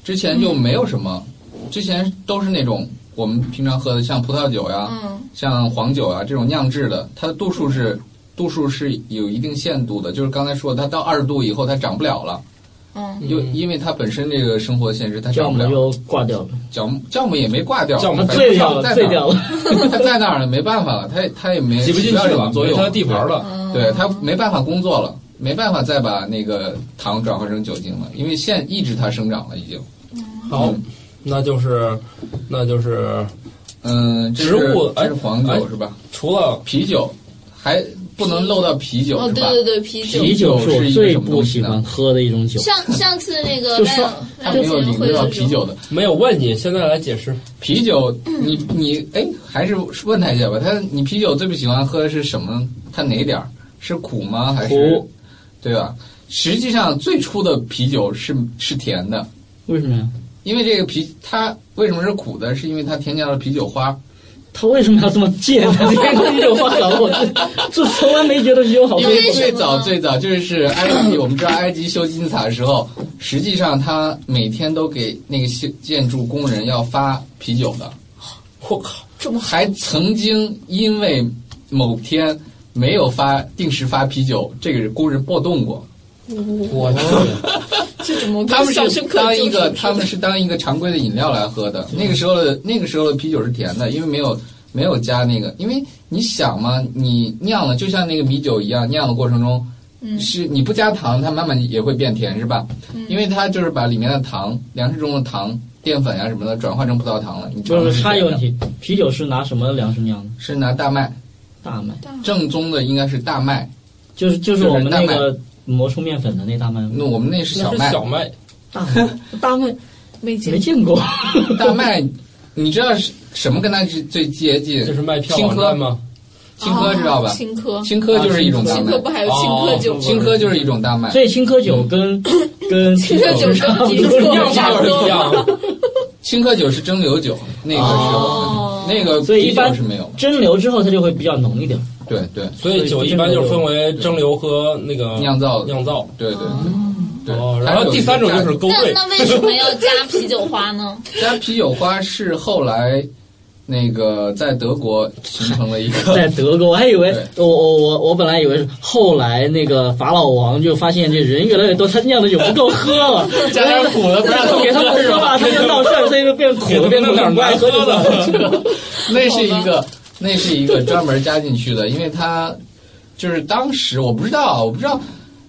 Speaker 3: 之前就没有什么，之前都是那种我们平常喝的像葡萄酒呀、
Speaker 1: 嗯，
Speaker 3: 像黄酒啊这种酿制的，它的度数是度数是有一定限度的，就是刚才说的，它到二十度以后它长不了了，
Speaker 1: 嗯，
Speaker 3: 因为因为它本身这个生活限制它
Speaker 4: 酵
Speaker 3: 长不
Speaker 4: 母
Speaker 3: 了，
Speaker 4: 又挂掉了，
Speaker 3: 酵母酵母也没挂掉，
Speaker 2: 酵母
Speaker 4: 他
Speaker 2: 我
Speaker 3: 反正
Speaker 4: 醉掉了，
Speaker 3: 在那
Speaker 4: 醉
Speaker 3: 儿
Speaker 4: 掉了。
Speaker 3: 它在那儿了，没办法了，它也它也没
Speaker 2: 挤不进
Speaker 3: 起
Speaker 2: 去
Speaker 3: 到什么
Speaker 2: 了，嗯
Speaker 3: 作
Speaker 2: 没
Speaker 3: 用，
Speaker 2: 它地盘了。
Speaker 3: 对它没办法工作了，没办法再把那个糖转化成酒精了，因为现抑制它生长了已经。
Speaker 2: 好，那就是，那就是
Speaker 3: 嗯，这是
Speaker 2: 植物
Speaker 3: 这是黄
Speaker 2: 哎
Speaker 3: 酒
Speaker 2: 哎
Speaker 3: 是吧？
Speaker 2: 除了
Speaker 3: 啤酒还不能漏到啤酒
Speaker 1: 哦
Speaker 3: 是
Speaker 1: 对
Speaker 3: 吧？
Speaker 1: 对对，啤酒。
Speaker 4: 啤酒是我
Speaker 3: 是一个
Speaker 4: 最
Speaker 3: 什么
Speaker 4: 不
Speaker 3: 东西
Speaker 4: 喜
Speaker 3: 呢
Speaker 4: 欢喝的一种酒。
Speaker 1: 上上次那个
Speaker 4: 就
Speaker 1: 万
Speaker 4: 说
Speaker 3: 他
Speaker 1: 万
Speaker 3: 没有
Speaker 1: 金
Speaker 3: 领
Speaker 1: 会
Speaker 3: 略到
Speaker 1: 的时
Speaker 3: 啤
Speaker 1: 候
Speaker 3: 酒的
Speaker 2: 没有问你，现在来解释。
Speaker 3: 啤酒，
Speaker 1: 嗯
Speaker 3: 你你哎，还是问他一下吧。他你啤酒最不喜欢喝的是什么？它哪点儿是苦吗？还是
Speaker 4: 苦，
Speaker 3: 对吧？实际上最初的啤酒是是甜的，
Speaker 4: 为什么呀？
Speaker 3: 因为这个啤它为什么是苦的？是因为它添加了啤酒花，
Speaker 1: 哦
Speaker 4: 他为什么要这么贱？他 这个啤酒花搞我，这这从来没觉得啤酒好喝
Speaker 3: 因。
Speaker 1: 为什么
Speaker 3: 最
Speaker 1: 呢
Speaker 3: 早最早 就是埃及，我们知道埃及修金字塔的时候，实际上他每天都给那个建建筑工人要发啤酒的，
Speaker 2: 我靠，
Speaker 3: 还曾经因为某天没有发定时发啤酒，这个工人暴动过。
Speaker 2: 我
Speaker 3: 哦
Speaker 2: 去，
Speaker 1: 这怎么
Speaker 3: 他们
Speaker 1: 小
Speaker 3: 是
Speaker 1: 时刻
Speaker 3: 当一
Speaker 1: 就
Speaker 3: 个
Speaker 1: 是
Speaker 3: 他们是当一个常规的饮料来喝的。那个时候的那个时候的啤酒是甜的，因为没有没有加那个，因为你想嘛，你酿了就像那个米酒一样，酿的过程中。
Speaker 1: 嗯
Speaker 3: 是你不加糖，它慢慢也会变甜，是吧？因为它就是把里面的糖、粮食中的糖、淀粉呀、啊什么的转化成葡萄糖了。你知道
Speaker 2: 嗯
Speaker 4: 就是
Speaker 3: 它
Speaker 4: 差异问题，啤酒是拿什么粮食酿的？
Speaker 3: 是拿大麦，
Speaker 4: 大麦，
Speaker 3: 正宗的应该是大麦，
Speaker 4: 就是就是
Speaker 3: 就是
Speaker 4: 我们
Speaker 3: 大
Speaker 4: 那
Speaker 3: 麦
Speaker 4: 个磨出面粉的那大麦吗，
Speaker 2: 嗯
Speaker 3: 那我们那是
Speaker 2: 那
Speaker 3: 小
Speaker 2: 是
Speaker 3: 麦，
Speaker 2: 小麦，
Speaker 4: 大麦大麦
Speaker 1: 没
Speaker 4: 没
Speaker 1: 劲，
Speaker 4: 见过。
Speaker 3: 大麦，你知道是什么跟它是最接近？
Speaker 2: 就是卖票
Speaker 3: 青
Speaker 2: 网
Speaker 3: 稞
Speaker 2: 站吗？
Speaker 3: 青稞知道吧？
Speaker 1: 哦青稞，
Speaker 3: 青稞就是一种大
Speaker 1: 青
Speaker 3: 麦
Speaker 1: 稞，不还有青稞
Speaker 2: 哦
Speaker 1: 酒？
Speaker 3: 青稞就是一种大麦。
Speaker 4: 所以青稞酒跟跟
Speaker 1: 青稞酒
Speaker 4: 啤差不
Speaker 1: 跟啤
Speaker 4: 多
Speaker 1: 酒
Speaker 2: 酿法
Speaker 1: 差
Speaker 2: 是
Speaker 1: 不
Speaker 2: 一
Speaker 1: 多
Speaker 2: 样，
Speaker 3: 青稞酒是蒸馏酒，那个时候，
Speaker 1: 哦，
Speaker 3: 那个
Speaker 4: 所以一般
Speaker 3: 啤酒是没有。
Speaker 4: 蒸馏之后它就会比较浓一点。
Speaker 3: 对对
Speaker 2: 所以酒一般就分为蒸馏和那个
Speaker 3: 酿造
Speaker 2: 酿造。
Speaker 3: 对对对。
Speaker 2: 嗯哦，
Speaker 3: 对
Speaker 2: 然后第三种就是勾
Speaker 1: 那
Speaker 2: 兑，
Speaker 1: 那为什么要加啤酒花呢？
Speaker 3: 加啤酒花是后来那个在德国形成了一个，
Speaker 4: 在德国，我还以为
Speaker 3: 对
Speaker 4: 我我我我本来以为是后来那个法老王就发现这人越来越多，他酿的酒不够喝了，
Speaker 3: 加点苦的不让他们
Speaker 4: 给他们喝吧，他们就闹事儿，所以就变苦
Speaker 2: 给他
Speaker 4: 了，
Speaker 2: 们
Speaker 4: 变
Speaker 2: 弄
Speaker 4: 成
Speaker 2: 点
Speaker 4: 不爱
Speaker 2: 难
Speaker 4: 喝
Speaker 2: 喝
Speaker 4: 就算了。
Speaker 2: 的。
Speaker 3: 那是一 个那是一个专门加进去的，因为它就是当时我不知道，我不知道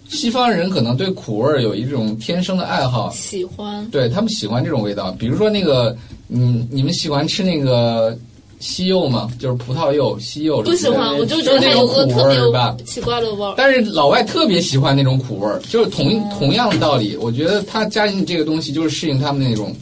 Speaker 3: 西方人可能对苦味儿有一种天生的爱好，
Speaker 1: 喜欢
Speaker 3: 对他们喜欢这种味道。比如说那个，嗯，你们喜欢吃那个西柚吗？就是葡萄柚、西柚。
Speaker 1: 不喜欢？我就觉得
Speaker 3: 是
Speaker 1: 它
Speaker 3: 那
Speaker 1: 有
Speaker 3: 种
Speaker 1: 个
Speaker 3: 苦
Speaker 1: 特
Speaker 3: 味儿吧
Speaker 1: 别。奇怪的味儿。
Speaker 3: 但是老外特别喜欢那种苦味儿，就是同
Speaker 1: 哦
Speaker 3: 同样的道理，我觉得他加进这个东西就是适应他们那种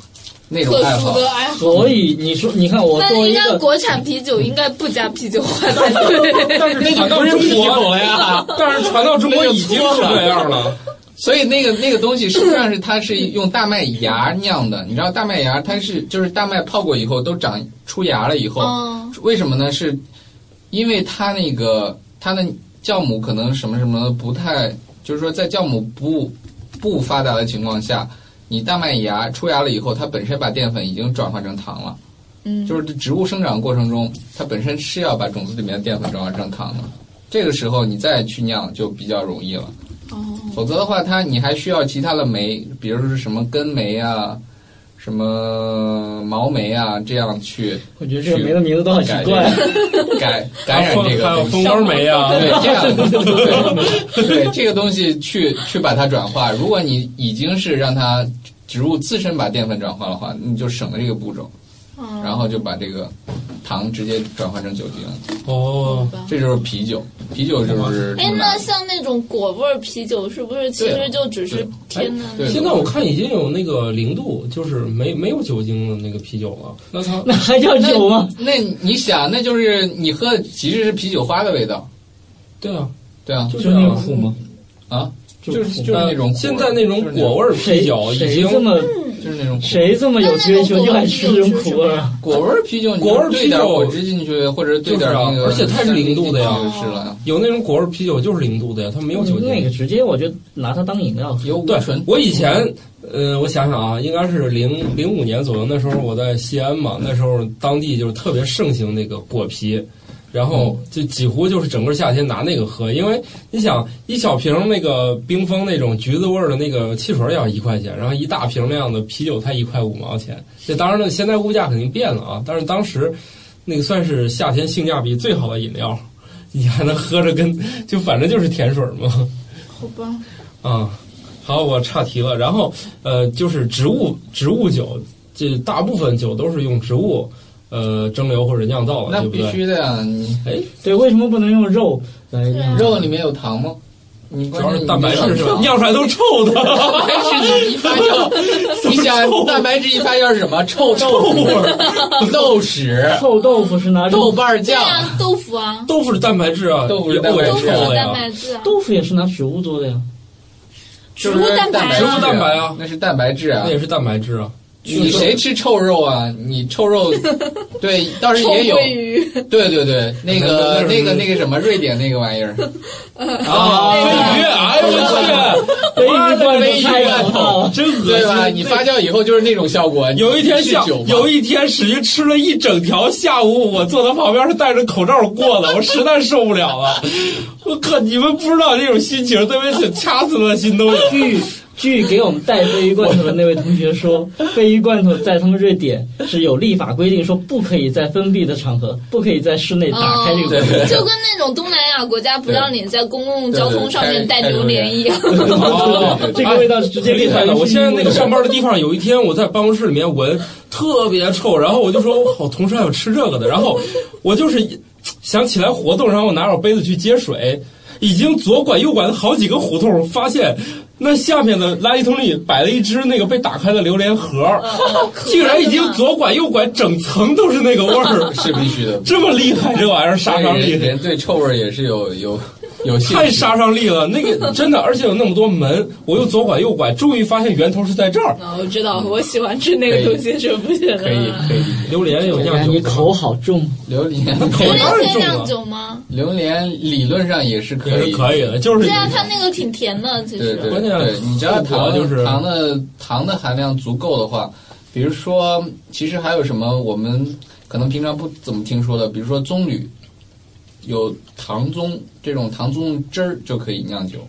Speaker 3: 那种
Speaker 1: 特
Speaker 3: 爱
Speaker 1: 殊
Speaker 3: 好。
Speaker 1: 的爱好。
Speaker 4: 所以你说，你看我
Speaker 1: 那
Speaker 4: 作为
Speaker 1: 应
Speaker 4: 一
Speaker 1: 该
Speaker 4: 个，
Speaker 1: 国产啤酒应该不加啤酒花才 对。
Speaker 2: 但是传到中国了呀， 但是传到中国已经是这样了。
Speaker 3: 所以那个那个东西实际上是它是用大麦芽酿的，你知道大麦芽它是就是大麦泡过以后都长出芽了以后，
Speaker 1: 嗯，
Speaker 3: 为什么呢？是因为它那个它的酵母可能什么什么的不太，就是说在酵母不不发达的情况下，你大麦芽出芽了以后，它本身把淀粉已经转化成糖了。
Speaker 1: 嗯
Speaker 3: 就是植物生长过程中，它本身是要把种子里面的淀粉转化成糖的。这个时候你再去酿就比较容易了，
Speaker 1: 哦，
Speaker 3: 否则的话，它你还需要其他的酶，比如说是什么根酶啊、什么毛酶啊，这样去
Speaker 4: 我觉得这个梅的名字都好奇
Speaker 3: 改
Speaker 4: 怪。
Speaker 3: 改
Speaker 2: 还
Speaker 3: 感染
Speaker 2: 有
Speaker 3: 这
Speaker 2: 还
Speaker 3: 个
Speaker 2: 有
Speaker 3: 东
Speaker 2: 蜂
Speaker 3: 西。
Speaker 2: 窝煤啊，
Speaker 3: 对，这样 对对这个东西去去把它转化。如果你已经是让它植物自身把淀粉转化的话，你就省了这个步骤，
Speaker 1: 嗯
Speaker 3: 然后就把这个糖直接转化成酒精。
Speaker 2: 哦，
Speaker 3: 这就是啤酒，啤酒就是
Speaker 1: 哎，
Speaker 3: 用来
Speaker 1: 那像那种果味儿啤酒，是不是其
Speaker 3: 对
Speaker 1: 实
Speaker 3: 啊
Speaker 1: 就只是添的
Speaker 3: 对
Speaker 2: 现在我看已经有那个零度，就是没没有酒精的那个啤酒了。那它
Speaker 4: 那还叫
Speaker 3: 那
Speaker 4: 酒吗？
Speaker 3: 那你想，那就是你喝的其实是啤酒花的味道，
Speaker 2: 对啊，
Speaker 3: 对啊，
Speaker 2: 就
Speaker 4: 就是那苦吗？
Speaker 3: 啊，就是
Speaker 4: 苦
Speaker 3: 就是那种
Speaker 2: 现在那种果味儿啤
Speaker 4: 谁
Speaker 2: 酒已
Speaker 4: 谁
Speaker 2: 经
Speaker 4: 这么
Speaker 3: 就是那种苦
Speaker 4: 谁这么有追求，就爱吃这种苦味儿啊？
Speaker 3: 果味儿啤酒，你
Speaker 2: 果味儿
Speaker 3: 兑
Speaker 2: 啤
Speaker 3: 点
Speaker 2: 酒
Speaker 3: 果汁进去，或者兑点那
Speaker 2: 就是
Speaker 3: 个，
Speaker 2: 啊而且它是零度的呀哦
Speaker 3: 是了，
Speaker 2: 有那种果味儿啤酒就是零度的呀，它没有酒精。
Speaker 4: 嗯那个直接我就拿它当饮料喝。
Speaker 3: 有
Speaker 2: 对
Speaker 3: 五醇，。
Speaker 2: 我以前，呃，我想想啊，应该是零零五年左右，那时候我在西安嘛，那时候当地就是特别盛行那个果啤，然后就几乎就是整个夏天拿那个喝，因为你想一小瓶那个冰峰那种橘子味儿的那个汽水要一块钱，然后一大瓶那样的啤酒才一块五毛钱。这当然了，现在物价肯定变了啊，但是当时那个算是夏天性价比最好的饮料，你还能喝着跟就反正就是甜水儿嘛。
Speaker 1: 好吧，
Speaker 2: 啊，好，我岔题了。然后呃，就是植物植物酒，这大部分酒都是用植物呃蒸馏或者酿造的，对
Speaker 3: 那
Speaker 2: 哎不
Speaker 3: 必
Speaker 2: 对？
Speaker 3: 须的呀！你
Speaker 4: 对，为什么不能用肉来酿？
Speaker 3: 肉里面有糖吗？你
Speaker 2: 主要是
Speaker 3: 你
Speaker 2: 蛋白质是吧？
Speaker 3: 你
Speaker 2: 酿出来都臭 的，
Speaker 3: 蛋白质一发 酵，你想蛋白质一发酵是什么？臭豆腐、豆豉、
Speaker 2: 啊
Speaker 4: 臭豆腐是拿
Speaker 3: 豆
Speaker 4: 肉，
Speaker 3: 瓣
Speaker 1: 对
Speaker 3: 酱，
Speaker 1: 呀，豆腐啊，
Speaker 2: 豆腐是蛋白质啊，
Speaker 3: 豆腐是
Speaker 2: 也
Speaker 3: 蛋白质
Speaker 2: 也
Speaker 1: 豆
Speaker 2: 臭
Speaker 1: 腐有蛋
Speaker 2: 的呀。
Speaker 1: 白质啊，
Speaker 4: 豆腐也是拿植物做的呀。
Speaker 3: 就
Speaker 1: 植
Speaker 3: 是
Speaker 1: 物蛋白
Speaker 3: 质
Speaker 2: 植物蛋白啊
Speaker 3: 那是蛋白质啊
Speaker 2: 那。也是蛋白质啊，
Speaker 3: 你谁吃臭肉啊？你 臭肉，对，倒是
Speaker 1: 臭
Speaker 3: 也有，
Speaker 1: 鳜 鱼，
Speaker 3: 对对对，那个
Speaker 2: 那是
Speaker 3: 那个那个什么，瑞典那个玩意儿，
Speaker 2: 啊，飞鱼，哎呦我
Speaker 4: 杯
Speaker 3: 妈
Speaker 4: 鱼
Speaker 3: 的
Speaker 4: 罐
Speaker 3: 杯
Speaker 4: 头
Speaker 3: 鱼
Speaker 4: 太
Speaker 3: 罐
Speaker 4: 可怕
Speaker 3: 头
Speaker 4: 了，
Speaker 2: 去，真恶
Speaker 3: 对吧？
Speaker 2: 心！
Speaker 3: 你发酵以后就是那种效果。
Speaker 2: 有一天
Speaker 3: 是
Speaker 2: 下
Speaker 3: 酒，吗
Speaker 2: 有一天史军吃了一整条，下午我坐他旁边是戴着口罩过的，我实在受不了了。我靠，你们不知道这种心情，特别想掐死他的心都有。
Speaker 4: 据据给我们带鲱鱼罐头的那位同学说，鲱鱼罐头在他们瑞典是有立法规定说，不可以在封闭的场合，不可以在室内打开这个罐头。
Speaker 3: 对，
Speaker 1: 哦就跟那种东南亚国家不让你在公共交通上面带榴莲一样。
Speaker 2: 哦
Speaker 4: 这个味道是直接
Speaker 2: 厉
Speaker 4: 立法
Speaker 2: 害
Speaker 4: 规
Speaker 2: 的！
Speaker 4: 定
Speaker 2: 我现在那个上
Speaker 4: 的
Speaker 2: 班的地方，有一天我在办公室里面闻特别臭，然后我就说，我靠，同事还有吃这个的。然后我就是想起来活动，然后我拿着杯子去接水，已经左拐右拐了好几个胡同，发现那下面的垃圾桶里摆了一只那个被打开的榴莲盒，竟然已经左拐右拐，整层都是那个味儿
Speaker 3: 是必须的。
Speaker 2: 这么厉害，这玩意儿杀伤
Speaker 3: 人
Speaker 2: 力。
Speaker 3: 人对臭味儿也是有有有兴趣
Speaker 2: 太杀伤力了。那个真的，而且有那么多门，我又左拐右拐，终于发现源头是在这儿。
Speaker 1: 啊，我知道，我喜欢吃那个东西是不行的。
Speaker 3: 可以可以。
Speaker 2: 榴莲有
Speaker 4: 我
Speaker 2: 酿
Speaker 4: 感觉
Speaker 2: 酒，
Speaker 4: 你口好重，
Speaker 3: 榴 莲
Speaker 2: 口
Speaker 1: 榴莲
Speaker 2: 当然
Speaker 1: 可以
Speaker 2: 重
Speaker 1: 酿
Speaker 2: 了，
Speaker 1: 酒吗？
Speaker 3: 榴莲理论上也是可
Speaker 2: 也
Speaker 3: 以
Speaker 2: 是，可以的，就是
Speaker 1: 对啊，它那个挺甜的，其
Speaker 3: 对
Speaker 1: 实。
Speaker 3: 对
Speaker 2: 关键
Speaker 3: 对，你只要
Speaker 2: 后果
Speaker 3: 糖
Speaker 2: 就是
Speaker 3: 糖的糖的含量足够的话，比如说，其实还有什么我们可能平常不怎么听说的，比如说棕榈，有糖棕这种糖棕汁儿就可以酿酒，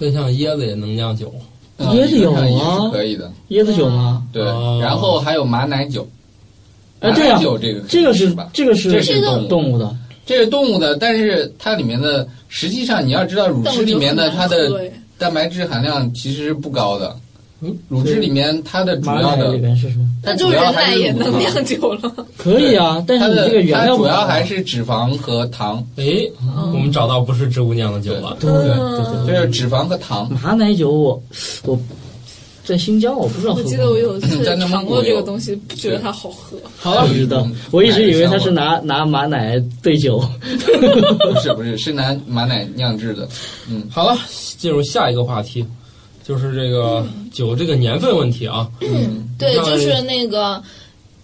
Speaker 2: 就像椰子也能酿酒。
Speaker 3: 嗯
Speaker 4: 椰子
Speaker 3: 理论上
Speaker 4: 有
Speaker 3: 也
Speaker 4: 啊
Speaker 3: 是可以的。
Speaker 4: 椰子酒吗？
Speaker 3: 对，
Speaker 2: 哦
Speaker 3: 然后还有马奶酒，
Speaker 4: 哎，对啊
Speaker 3: 马奶，酒这个可以
Speaker 4: 这个是
Speaker 3: 吃吧？
Speaker 4: 这个是
Speaker 3: 这是动物
Speaker 4: 动物的，
Speaker 3: 这是动物的，但是它里面的实际上你要知道乳
Speaker 1: 但我
Speaker 3: 汁
Speaker 1: 觉得
Speaker 3: 里面的
Speaker 1: 很
Speaker 3: 它
Speaker 1: 难
Speaker 3: 的
Speaker 1: 喝哎
Speaker 3: 蛋白质含量其实是不高的，
Speaker 2: 嗯
Speaker 3: 乳汁里面它的主
Speaker 4: 马
Speaker 3: 要
Speaker 4: 奶
Speaker 3: 的
Speaker 4: 里边是什么？
Speaker 1: 那
Speaker 3: 它
Speaker 1: 就
Speaker 3: 主
Speaker 1: 人
Speaker 3: 要还
Speaker 1: 奶
Speaker 3: 是
Speaker 1: 也
Speaker 3: 乳
Speaker 1: 能
Speaker 3: 糖
Speaker 1: 酿酒了。
Speaker 4: 可以啊，但
Speaker 3: 它
Speaker 4: 是你
Speaker 3: 的
Speaker 4: 这个原料
Speaker 3: 它
Speaker 4: 不啊
Speaker 3: 主要
Speaker 4: 够
Speaker 3: 还是脂肪和糖，
Speaker 2: 哎，
Speaker 1: 嗯
Speaker 2: 我们找到不是植物酿的酒了。
Speaker 4: 对对
Speaker 3: 就
Speaker 4: 对
Speaker 3: 是脂肪和糖。
Speaker 4: 马奶酒我我在新疆我不知道喝
Speaker 1: 我
Speaker 4: 过
Speaker 1: 记得我有一次
Speaker 3: 在内蒙
Speaker 1: 尝
Speaker 3: 古
Speaker 1: 过这
Speaker 3: 有
Speaker 1: 个东西，觉得它好喝。
Speaker 3: 好了
Speaker 4: 不知道，啊我一直以为他是拿拿马奶兑酒。
Speaker 3: 不是不是是拿马奶酿制的，
Speaker 2: 好了，进入下一个话题，就是这个酒这个年份问题啊。
Speaker 1: 对，
Speaker 2: 那
Speaker 1: 就是那个，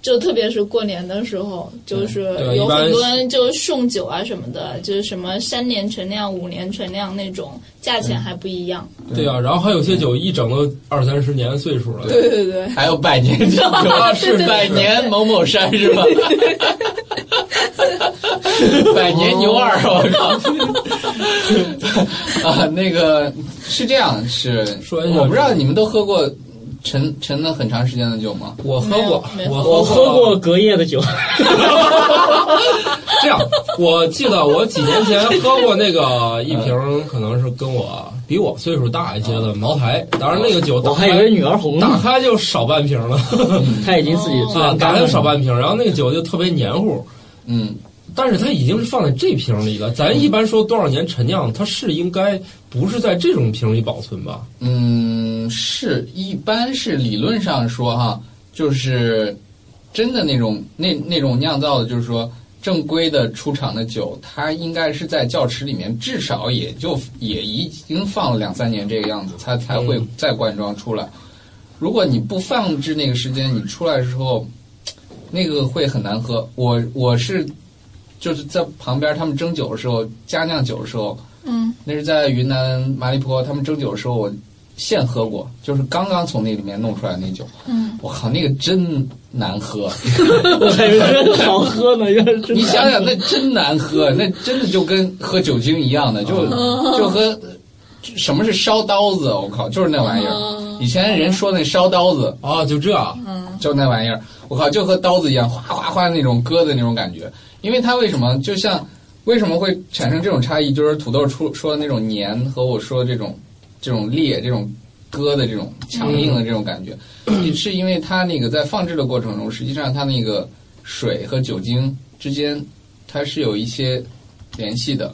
Speaker 1: 就特别是过年的时候，就是
Speaker 2: 对
Speaker 1: 有
Speaker 2: 一般
Speaker 1: 很多人就送酒啊什么的，就是什么三年陈酿、五年陈酿那种，价钱还不一样。
Speaker 2: 对啊，然后还有些酒一整都二三十年岁数了。
Speaker 1: 对对对，
Speaker 3: 还有百年 酒啊，是百年某某山是 吧？百年牛二，我靠！啊，那个是这样，是
Speaker 2: 哦说一下
Speaker 3: 我不知道你们都喝过陈陈了很长时间的酒吗？
Speaker 2: 我喝过
Speaker 1: 没有没，有
Speaker 3: 哦
Speaker 2: 我
Speaker 4: 我
Speaker 2: 喝
Speaker 4: 喝过隔夜的酒，
Speaker 2: 这样，我记得我几年前喝过那个一瓶，可能是跟我比我岁数大一些的茅台，当然那个酒
Speaker 4: 我
Speaker 2: 打
Speaker 4: 还以为
Speaker 2: 开
Speaker 4: 女儿红
Speaker 2: 打
Speaker 4: 呢，
Speaker 2: 开就少半瓶了，
Speaker 4: 他已经自己
Speaker 3: 哦
Speaker 4: 自
Speaker 2: 啊，
Speaker 4: 然
Speaker 2: 打
Speaker 4: 干
Speaker 2: 开
Speaker 4: 了
Speaker 2: 就少半瓶，然后那个酒就特别黏糊，
Speaker 3: 嗯，
Speaker 2: 但是它已经是放在这瓶里了。咱一般说多少年陈酿，它是应该不是在这种瓶里保存吧？
Speaker 3: 嗯，是一般是理论上说哈，就是真的那种那那种酿造的，就是说正规的出厂的酒，它应该是在窖池里面，至少也就也已经放了两三年这个样子，它才会
Speaker 2: 嗯
Speaker 3: 再灌装出来。如果你不放置那个时间，你出来的时候，那个会很难喝。我我是就是在旁边他们蒸酒的时候，加酿酒的时候，
Speaker 1: 嗯，
Speaker 3: 那是在云南马里坡，他们蒸酒的时候，我现喝过，就是刚刚从那里面弄出来那酒。
Speaker 1: 嗯，
Speaker 3: 我靠，那个真难喝！
Speaker 4: 我还以为真好喝呢，原来是真的
Speaker 3: 你想想，那真难喝，那真的就跟喝酒精一样的，就就和什么是烧刀子，我靠，就是那玩意儿。以前人说那烧刀子，
Speaker 2: 啊，就这，
Speaker 1: 嗯
Speaker 3: 就那玩意儿，我靠，就和刀子一样，哗哗哗那种割的那种感觉。因为它为什么就像为什么会产生这种差异，就是土豆出说的那种黏和我说的这种这种裂、这种割的这种强硬的这种感觉，也是因为它那个在放置的过程中，实际上它那个水和酒精之间它是有一些联系的。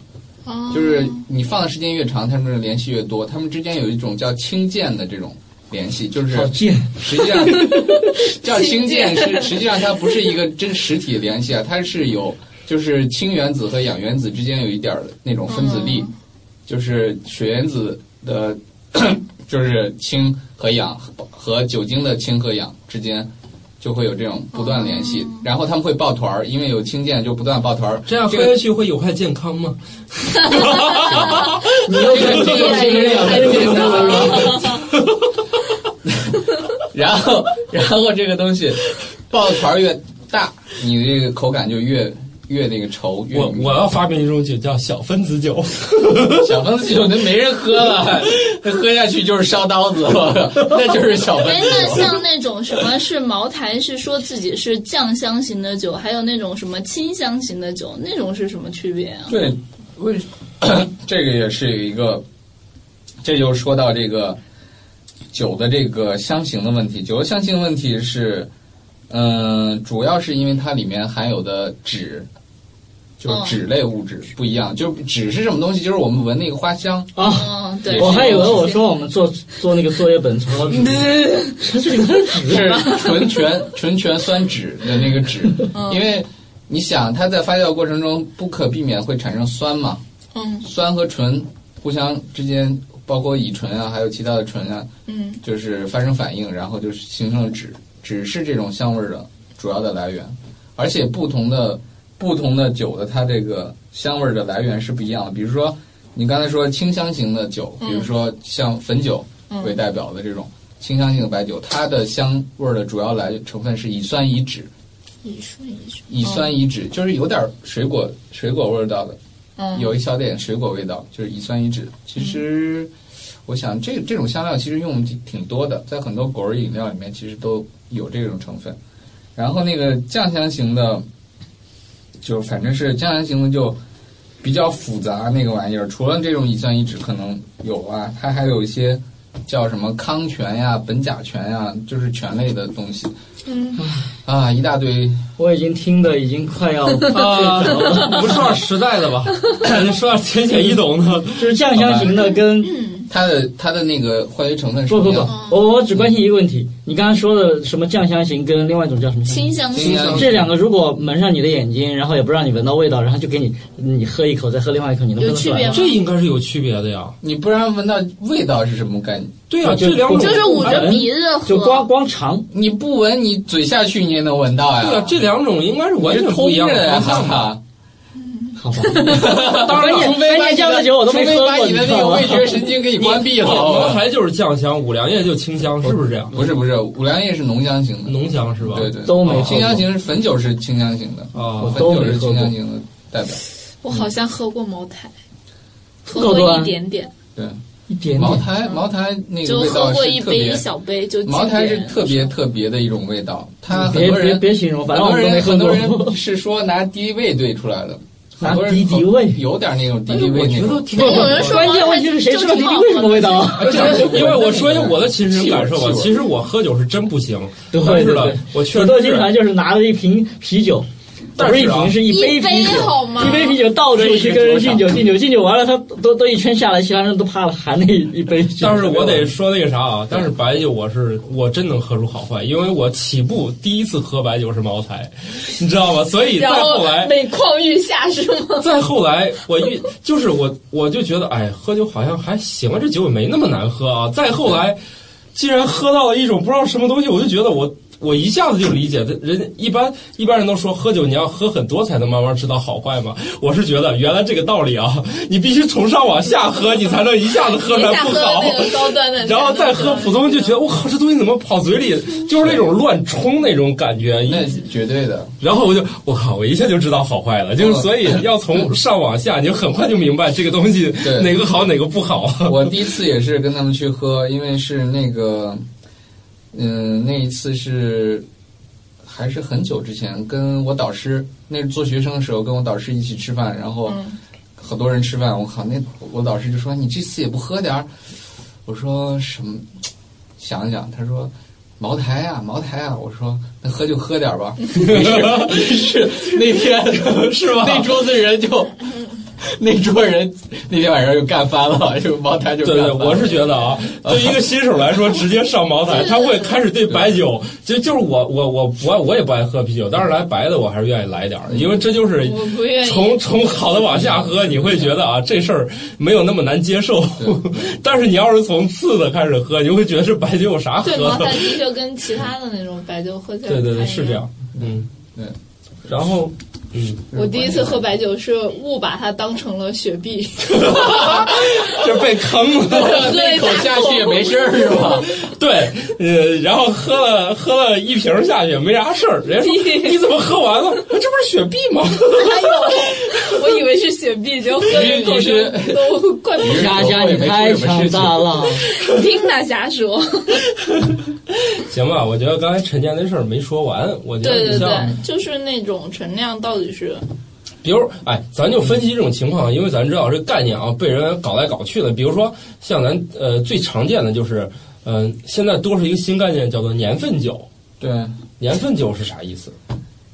Speaker 1: 哦
Speaker 3: 就是你放的时间越长，它们的联系越多，它们之间有一种叫氢键的这种联系，就是
Speaker 4: 好贱，
Speaker 3: 实际上叫氢键是实际上它不是一个真实体联系啊，它是有就是氢原子和氧原子之间有一点儿那种分子力，就是水原子的就是氢和氧和酒精的氢和氧之间。就会有这种不断联系，然后他们会抱团儿，因为有氢键就不断抱团儿。
Speaker 2: 这样喝
Speaker 3: 个
Speaker 2: 下去会有害健康吗？
Speaker 4: 你又在 这个这个两个人
Speaker 3: 然后，然后这个东西抱的团儿越大，你这个口感就越越那个稠。越
Speaker 2: 我我要发明一种酒叫小分子酒，
Speaker 3: 小分子酒那没人喝了，那喝下去就是烧刀子， 那就是小 分
Speaker 1: 哎，
Speaker 3: 子
Speaker 1: 那
Speaker 3: 酒。
Speaker 1: 像那种什么是茅台，是说自己是酱香型的酒，还有那种什么清香型的酒，那种是什么区别啊？
Speaker 3: 对，为这个也是有一个，这就说到这个酒的这个香型的问题。酒的香型问题是，嗯、主要是因为它里面含有的酯，就
Speaker 1: 嗯
Speaker 3: 是酯类物质不一样。就是酯是什么东西？就是我们闻那个花香，
Speaker 4: 啊。
Speaker 1: 嗯，对，
Speaker 4: 我还以为我说我们做做那个作业本抄 纸，这是个纸，
Speaker 3: 是纯醛纯醛酸酯的那
Speaker 1: 嗯
Speaker 3: 个酯，因为你想它在发酵过程中不可避免会产生酸嘛，
Speaker 5: 嗯
Speaker 3: 酸和醇互相之间，包括乙醇啊，还有其他的醇啊，
Speaker 5: 嗯，
Speaker 3: 就是发生反应，然后就是形成了酯，酯是这种香味儿的主要的来源，而且不同的不同的酒的它这个香味儿的来源是不一样的。比如说你刚才说清香型的酒，比如说像汾酒
Speaker 1: 嗯
Speaker 3: 为代表的这种清香型的白酒，它的香味儿的主要来成分是乙酸乙酯，
Speaker 5: 乙醇乙醇，
Speaker 3: 乙酸乙酯就是有点儿水果水果味道的，
Speaker 5: 嗯，
Speaker 3: 有一小点水果味道，就是乙酸乙酯。其实，我想这这种香料其实用的挺多的，在很多果儿饮料里面其实都有这种成分。然后那个酱香型的，就反正是酱香型的就比较复杂那个玩意儿，除了这种乙酸乙酯可能有啊，它还有一些叫什么康醛呀、苯甲醛呀，就是醛类的东西。
Speaker 5: 嗯，
Speaker 3: 啊，一大堆
Speaker 4: 我已经听的已经快 要
Speaker 2: 啊，我们说点实在的吧， 说点浅显易懂的。
Speaker 4: 就是酱香型的跟
Speaker 3: 它的它的那个化学成分是
Speaker 4: 不不
Speaker 3: 一
Speaker 4: 不
Speaker 3: 样的，
Speaker 4: 我我只关心一个问题，你刚刚说的什么酱香型跟另外一种叫什么香
Speaker 5: 清香型
Speaker 3: 嗯清香
Speaker 4: 这两个如果蒙上你的眼睛，然后也不让你闻到味道，然后就给你你喝一口，再喝另外一口，你能闻
Speaker 5: 有
Speaker 4: 得
Speaker 5: 区
Speaker 4: 出来
Speaker 5: 别
Speaker 4: 吗
Speaker 5: 吗？
Speaker 2: 这应该是有区别的呀。
Speaker 3: 你不然闻到味道是什么概念？
Speaker 2: 对呀、
Speaker 4: 啊就
Speaker 2: 这两种
Speaker 5: 就是捂着鼻子
Speaker 4: 就光
Speaker 5: 喝，
Speaker 4: 光尝，
Speaker 3: 你不闻，你嘴下去你也能闻到呀。
Speaker 2: 哎
Speaker 4: 啊
Speaker 2: 对呀、这两种应该是
Speaker 3: 我
Speaker 2: 完
Speaker 3: 是
Speaker 2: 全
Speaker 3: 通
Speaker 2: 不一样
Speaker 3: 人
Speaker 2: 的
Speaker 3: 啊，哈
Speaker 2: 方向。
Speaker 3: 哈。
Speaker 4: 好 吧？
Speaker 2: 当然了，
Speaker 4: 关键关键酱的酒我都没喝
Speaker 3: 除非把
Speaker 4: 过，
Speaker 3: 你的
Speaker 4: 知
Speaker 3: 那
Speaker 4: 道
Speaker 3: 个
Speaker 4: 吗
Speaker 3: 味觉神经给你关闭
Speaker 2: 茅
Speaker 3: 了。
Speaker 2: 台就是酱香，五粮液就清香，是不是这样？
Speaker 3: 不是不是，五粮液是浓香型的，
Speaker 2: 浓香是吧？
Speaker 3: 对对，
Speaker 4: 啊都没喝过
Speaker 3: 清香型是汾酒是清香型的，
Speaker 2: 啊
Speaker 3: 汾酒是清香型的代表。
Speaker 1: 我好像喝过茅台，喝
Speaker 4: 过
Speaker 1: 过
Speaker 4: 啊
Speaker 1: 一点点，
Speaker 3: 对，
Speaker 4: 一点
Speaker 3: 茅
Speaker 4: 点。
Speaker 3: 台茅台那个
Speaker 1: 就
Speaker 3: 味
Speaker 1: 喝
Speaker 3: 道
Speaker 1: 过
Speaker 3: 是
Speaker 1: 一
Speaker 3: 特
Speaker 1: 杯一
Speaker 3: 别，
Speaker 1: 小杯，就
Speaker 3: 茅台是
Speaker 1: 经典
Speaker 3: 特别特别的一种味道，它很
Speaker 4: 别
Speaker 3: 多
Speaker 4: 别
Speaker 3: 人
Speaker 4: 别形容，反
Speaker 3: 很
Speaker 4: 正我
Speaker 3: 多
Speaker 4: 们都没
Speaker 3: 人
Speaker 4: 喝
Speaker 3: 很多
Speaker 4: 过
Speaker 3: 人。是说拿敌畏兑出来的，
Speaker 4: 拿
Speaker 3: 很多人
Speaker 4: 敌敌畏
Speaker 3: 有点那种敌敌畏
Speaker 2: 哎我
Speaker 3: 那
Speaker 2: 觉得
Speaker 3: 种。
Speaker 2: 挺
Speaker 5: 但有人说
Speaker 4: 关键问题是谁知道敌敌畏什么味道啊？
Speaker 2: 啊这样因为我说一下我的亲身感受吧
Speaker 3: 气味，
Speaker 2: 其实我喝酒是真不行，
Speaker 4: 对
Speaker 2: 但是
Speaker 4: 对
Speaker 2: 呢
Speaker 4: 对，
Speaker 2: 我 确
Speaker 4: 土豆
Speaker 2: 实
Speaker 4: 经常
Speaker 2: 是
Speaker 4: 就是拿了一瓶啤酒，
Speaker 2: 但
Speaker 4: 不是一
Speaker 2: 是啊
Speaker 4: 瓶，是一
Speaker 1: 一
Speaker 4: 杯啤酒，
Speaker 1: 好吗？
Speaker 4: 一杯啤酒倒着去跟人敬酒，敬酒，敬酒完了，他都都一圈下来，其他人都怕了，含那一杯酒。
Speaker 2: 但是我得说那个啥啊，但是白酒我是我真能喝出好坏，因为我起步第一次喝白酒是茅台，你知道吗？所以再
Speaker 1: 然
Speaker 2: 后
Speaker 1: 后
Speaker 2: 来
Speaker 1: 每况愈下是吗？
Speaker 2: 再后来，我一就是我，我就觉得，哎，喝酒好像还行啊，这酒也没那么难喝啊。再后来，既然喝到了一种不知道什么东西，我就觉得我我一下子就理解的。人一般一般人都说喝酒你要喝很多才能慢慢知道好坏嘛。我是觉得原来这个道理啊，你必须从上往下喝，你才能一下子喝出
Speaker 1: 一
Speaker 2: 来
Speaker 1: 下
Speaker 2: 不
Speaker 1: 喝
Speaker 2: 高。
Speaker 1: 那个高端的，
Speaker 2: 然后再喝普通就觉得我靠，这东西怎么跑嘴里？就是那种乱冲那种感觉，一
Speaker 3: 那绝 对的，
Speaker 2: 然后我就我靠，我一下就知道好坏了，就是
Speaker 3: 嗯
Speaker 2: 所 以要从上往下，你就很快就明白这个东西
Speaker 3: 对
Speaker 2: 哪个好哪个不好。
Speaker 3: 我第一次也是跟他们去喝，因为是那个，嗯、那一次是还是很久之前，跟我导师，那是做学生的时候，跟我导师一起吃饭，然后
Speaker 1: 嗯
Speaker 3: 很多人吃饭，我靠，那我导师就说你这次也不喝点儿，我说什么？想一想，他说。茅台啊，茅台啊！我说那喝就喝点儿吧。 于是于是那天是吧？ 那桌子 人就那桌人那天晚上就干翻了，就茅台就
Speaker 2: 对
Speaker 3: 干翻
Speaker 2: 对，
Speaker 3: 了。
Speaker 2: 我是觉得 啊，对一个新手来说，直接上茅台，他会开始对白酒，就就是我我我不爱我也不爱喝啤酒，但是来白的我还是愿意来点儿，因为这就是
Speaker 1: 我不愿意
Speaker 2: 从从好的往下喝，你会觉得啊这事儿没有那么难接受
Speaker 3: 对。
Speaker 2: 但是你要是从次的开始喝，你就会觉得这白酒有啥喝
Speaker 1: 对茅
Speaker 2: 的
Speaker 1: 台？的确跟其他的那种白酒喝起来
Speaker 2: 对对对，
Speaker 1: 不太一
Speaker 2: 是这样。嗯，
Speaker 3: 对。
Speaker 2: 然后嗯。
Speaker 1: 我第一次喝白酒是误把它当成了雪碧，
Speaker 2: 就是被坑了。
Speaker 3: 那口下去也没事儿是 吧？
Speaker 2: 对，呃，然后喝了喝了一瓶下去没啥事儿，人家说 你怎么喝完了？这不是雪碧吗？
Speaker 1: 哎我以为是雪碧，就喝了一口
Speaker 3: 你是
Speaker 1: 就都快不行。
Speaker 4: 佳佳，你太强大了！
Speaker 1: 听他瞎说，
Speaker 2: 行吧，我觉得刚才陈年那事儿没说完，我觉
Speaker 1: 对
Speaker 2: 得
Speaker 1: 对
Speaker 2: 你像
Speaker 1: 对，就是那种陈酿到底是
Speaker 2: 比如，哎，咱就分析这种情况，因为咱知道这个概念啊，被人搞来搞去的。比如说，像咱呃最常见的就是，嗯、现在多是一个新概念，叫做年份酒。
Speaker 3: 对，
Speaker 2: 年份酒是啥意思？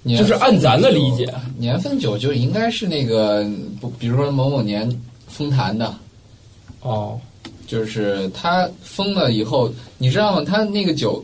Speaker 3: 年
Speaker 2: 就是按咱的理解，
Speaker 3: 年份酒就应该是那个，不，比如说某某年封坛的，
Speaker 2: 哦，
Speaker 3: 就是它封了以后，你知道吗？它那个酒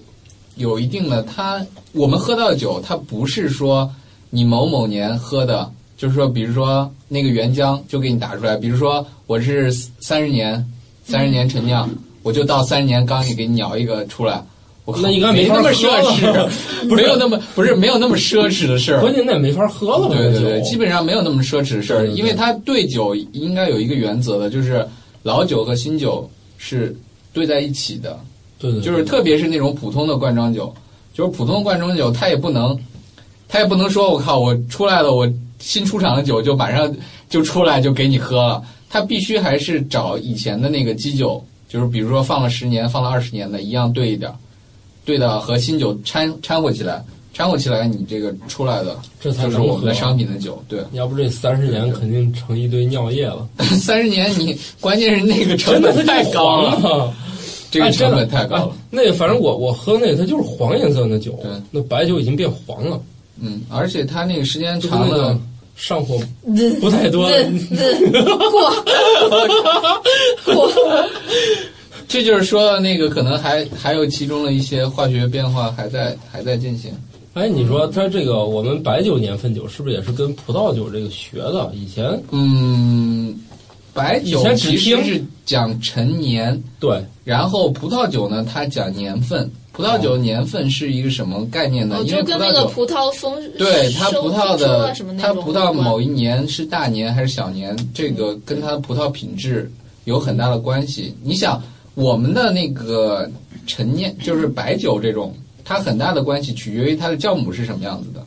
Speaker 3: 有一定的，它我们喝到的酒，它不是说你某某年喝的。就是说，比如说那个原浆就给你打出来，比如说我是三十年，三十年陈酿，我就到三十年缸里给你舀一个出来。我靠
Speaker 2: 那应该
Speaker 3: 没
Speaker 2: 没法
Speaker 3: 那么奢
Speaker 2: 喝了
Speaker 3: 侈， 没有那么不是没有那么奢侈的事儿。
Speaker 2: 关键那也没法喝了吧？
Speaker 3: 对
Speaker 2: 这
Speaker 3: 对
Speaker 2: 酒
Speaker 3: 对，基本上没有那么奢侈的事儿，
Speaker 2: 对对对
Speaker 3: 因为它对酒应该有一个原则的，就是老酒和新酒是对在一起的，
Speaker 2: 对对，对
Speaker 3: 就是特别是那种普通的罐装酒，就是普通的罐装酒，它也不能，它也不能说我靠，我出来了，我新出厂的酒就马上就出来就给你喝了，它必须还是找以前的那个基酒，就是比如说放了十年、放了二十年的，一样兑一点儿，兑的和新酒掺掺和起来，掺和起来你这个出来的
Speaker 2: 这才
Speaker 3: 就是
Speaker 2: 能
Speaker 3: 我们
Speaker 2: 喝
Speaker 3: 的。商品的酒，对。
Speaker 2: 要不这三十年肯定成一堆尿液了，
Speaker 3: 三十年你，关键是那个成
Speaker 2: 真的
Speaker 3: 本太高了，
Speaker 2: 了，
Speaker 3: 这个
Speaker 2: 哎
Speaker 3: 成
Speaker 2: 真的
Speaker 3: 本太高了
Speaker 2: 哎。那个反正我我喝那个它就是黄颜色的酒
Speaker 3: 对，
Speaker 2: 那白酒已经变黄了，
Speaker 3: 嗯，而且它那个时间
Speaker 2: 就
Speaker 3: 长
Speaker 2: 跟那
Speaker 3: 了
Speaker 2: 个，上火不太多。
Speaker 1: 哦
Speaker 3: 这就是说到那个可能还还有其中的一些化学变化还在还在进行。
Speaker 2: 哎，你说它这个我们白酒年份酒是不是也是跟葡萄酒这个学的？以前
Speaker 3: 嗯，白
Speaker 2: 以
Speaker 3: 酒
Speaker 2: 前只
Speaker 3: 其实
Speaker 2: 听
Speaker 3: 是讲陈年，
Speaker 2: 对
Speaker 3: 然后葡萄酒呢它讲年份。葡萄
Speaker 2: 哦
Speaker 3: 酒年份是一个什么概念呢？
Speaker 1: 哦，
Speaker 3: 因
Speaker 1: 就
Speaker 3: 为葡
Speaker 1: 跟那
Speaker 3: 萄
Speaker 1: 个
Speaker 3: 酒。
Speaker 1: 葡萄丰，
Speaker 3: 对它
Speaker 1: 收
Speaker 3: 葡萄
Speaker 1: 收
Speaker 3: 的
Speaker 1: 啊什么，那
Speaker 3: 它
Speaker 1: 种嗯
Speaker 3: 葡萄
Speaker 1: 有关
Speaker 3: 某一年是大年还是小年，这个跟它的葡萄品质有很大的关系。你想，我们的那个陈年就是白酒这种，它很大的关系取决于它的酵母是什么样子的，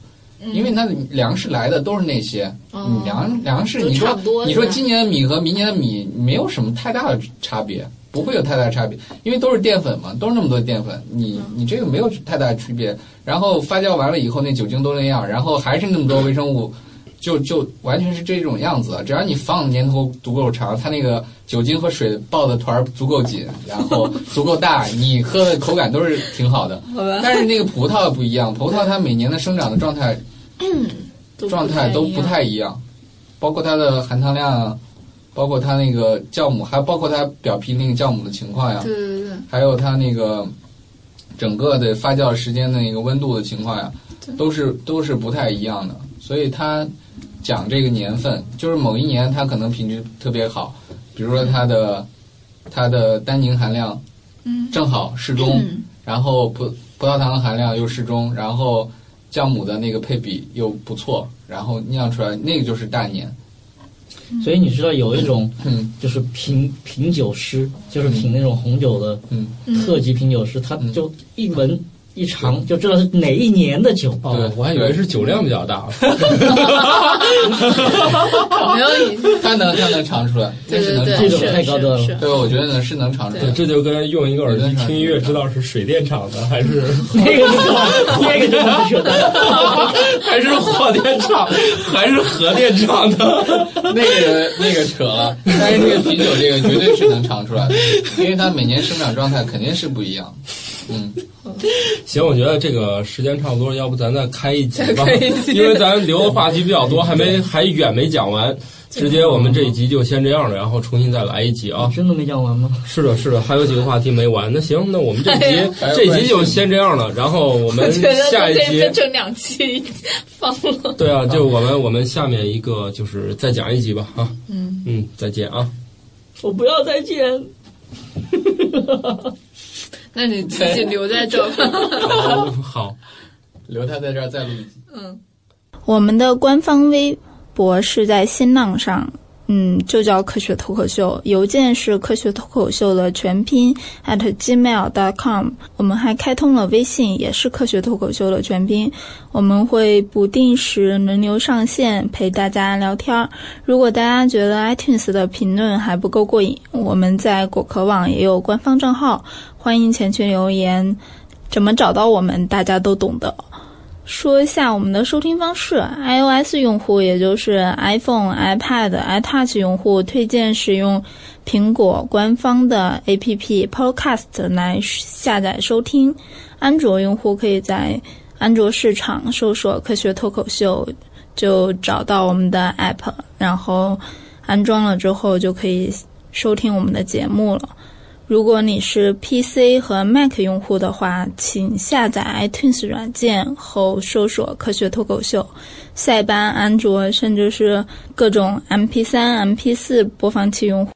Speaker 3: 因为它的粮食来的都是那些，
Speaker 1: 嗯哦
Speaker 3: 你粮粮食，
Speaker 1: 都
Speaker 3: 你
Speaker 1: 差
Speaker 3: 说
Speaker 1: 不多
Speaker 3: 你
Speaker 1: 是吧
Speaker 3: 说今年的米和明年的米没有什么太大的差别，不会有太大差别，因为都是淀粉嘛，都是那么多淀粉，你
Speaker 1: 嗯
Speaker 3: 你这个没有太大的区别。然后发酵完了以后，那酒精都那样，然后还是那么多微生物，就就完全是这种样子。只要你放的年头足够长，它那个酒精和水抱的团儿足够紧，然后足够大，你喝的口感都是挺好的。但是那个葡萄不一样，葡萄它每年的生长的状态
Speaker 1: 都不
Speaker 3: 状态都不
Speaker 1: 一样
Speaker 3: 太一样，包括它的含糖量啊，包括它那个酵母，还包括它表皮那个酵母的情况呀，
Speaker 1: 对对对，
Speaker 3: 还有它那个整个的发酵时间的那个温度的情况呀，都是都是不太一样的。所以它讲这个年份，就是某一年它可能品质特别好，比如说它的它的单宁含量
Speaker 1: 嗯
Speaker 3: 正好 适中，然后葡葡萄糖的含量又适中，然后酵母的那个配比又不错，然后酿出来那个就是大年。
Speaker 4: 所以你知道有一种
Speaker 3: 嗯
Speaker 4: 就是品品酒师，就是品那种红酒的
Speaker 3: 嗯，
Speaker 4: 特级品酒师，他
Speaker 3: 嗯
Speaker 4: 就一闻一尝就知道是哪一年的酒。
Speaker 2: 哦，我还以为是酒量比较 大，
Speaker 1: 没有你
Speaker 3: 它能它能尝出来，这
Speaker 1: 对
Speaker 3: 是
Speaker 1: 对
Speaker 3: 能尝
Speaker 1: 对，
Speaker 4: 这
Speaker 3: 出
Speaker 4: 种
Speaker 3: 来。
Speaker 4: 太高端了
Speaker 1: 是是
Speaker 3: 对，我觉得呢是能尝出来
Speaker 2: 对，。这就跟用一个耳机听音乐知道是水电厂的还 是
Speaker 4: 那个 就那个就不扯淡。
Speaker 2: 还是火电厂还是核电厂的。
Speaker 3: 那个那个 扯了，但是这个啤酒这个绝对是能尝出来的，因为它每年生长状态肯定是不一样。嗯，
Speaker 2: 行，我觉得这个时间差不多，要不咱再开一集
Speaker 1: 再
Speaker 2: 吧
Speaker 1: 开一，集
Speaker 2: 因为咱留的话题比较多，还没还远没讲完，直接我们这一集就先这样了，然后重新再来一集啊。
Speaker 4: 真的没讲完吗？
Speaker 2: 是的，是的，还有几个话题没完。那行，那我们这
Speaker 1: 嗯哎
Speaker 2: 集
Speaker 1: 呀
Speaker 2: 这集就先这样了，然后我 们
Speaker 1: 觉得
Speaker 2: 下
Speaker 1: 都
Speaker 2: 一
Speaker 1: 可以
Speaker 2: 集
Speaker 1: 分成两期放了。
Speaker 2: 对啊，就我们我们下面一个就是再讲一集吧啊，
Speaker 1: 嗯
Speaker 2: 嗯，再 见啊。
Speaker 4: 我不要再见。
Speaker 1: 那你自己留在这吧。
Speaker 2: 好。
Speaker 3: 留它在这儿再录一集。
Speaker 6: 我们的官方微博是在新浪上，嗯，就叫科学脱口秀，邮件是科学脱口秀的全拼啊 at gmail.com。我们还开通了微信，也是科学脱口秀的全拼。我们会不定时轮流上线陪大家聊天儿。如果大家觉得 iTunes 的评论还不够过瘾，我们在果壳网也有官方账号，欢迎前去留言。怎么找到我们，大家都懂的。说一下我们的收听方式，iOS 用户，也就是 iPhone、iPad、iTouch 用户，推荐使用苹果官方的 APP Podcast 来下载收听；安卓用户可以在安卓市场搜索“科学脱口秀”，就找到我们的 App，然后安装了之后就可以收听我们的节目了。如果你是 PC 和 Mac 用户的话，请下载 iTunes 软件后搜索“科学脱口秀”，塞班、安卓，甚至是各种 MP3、MP4 播放器用户。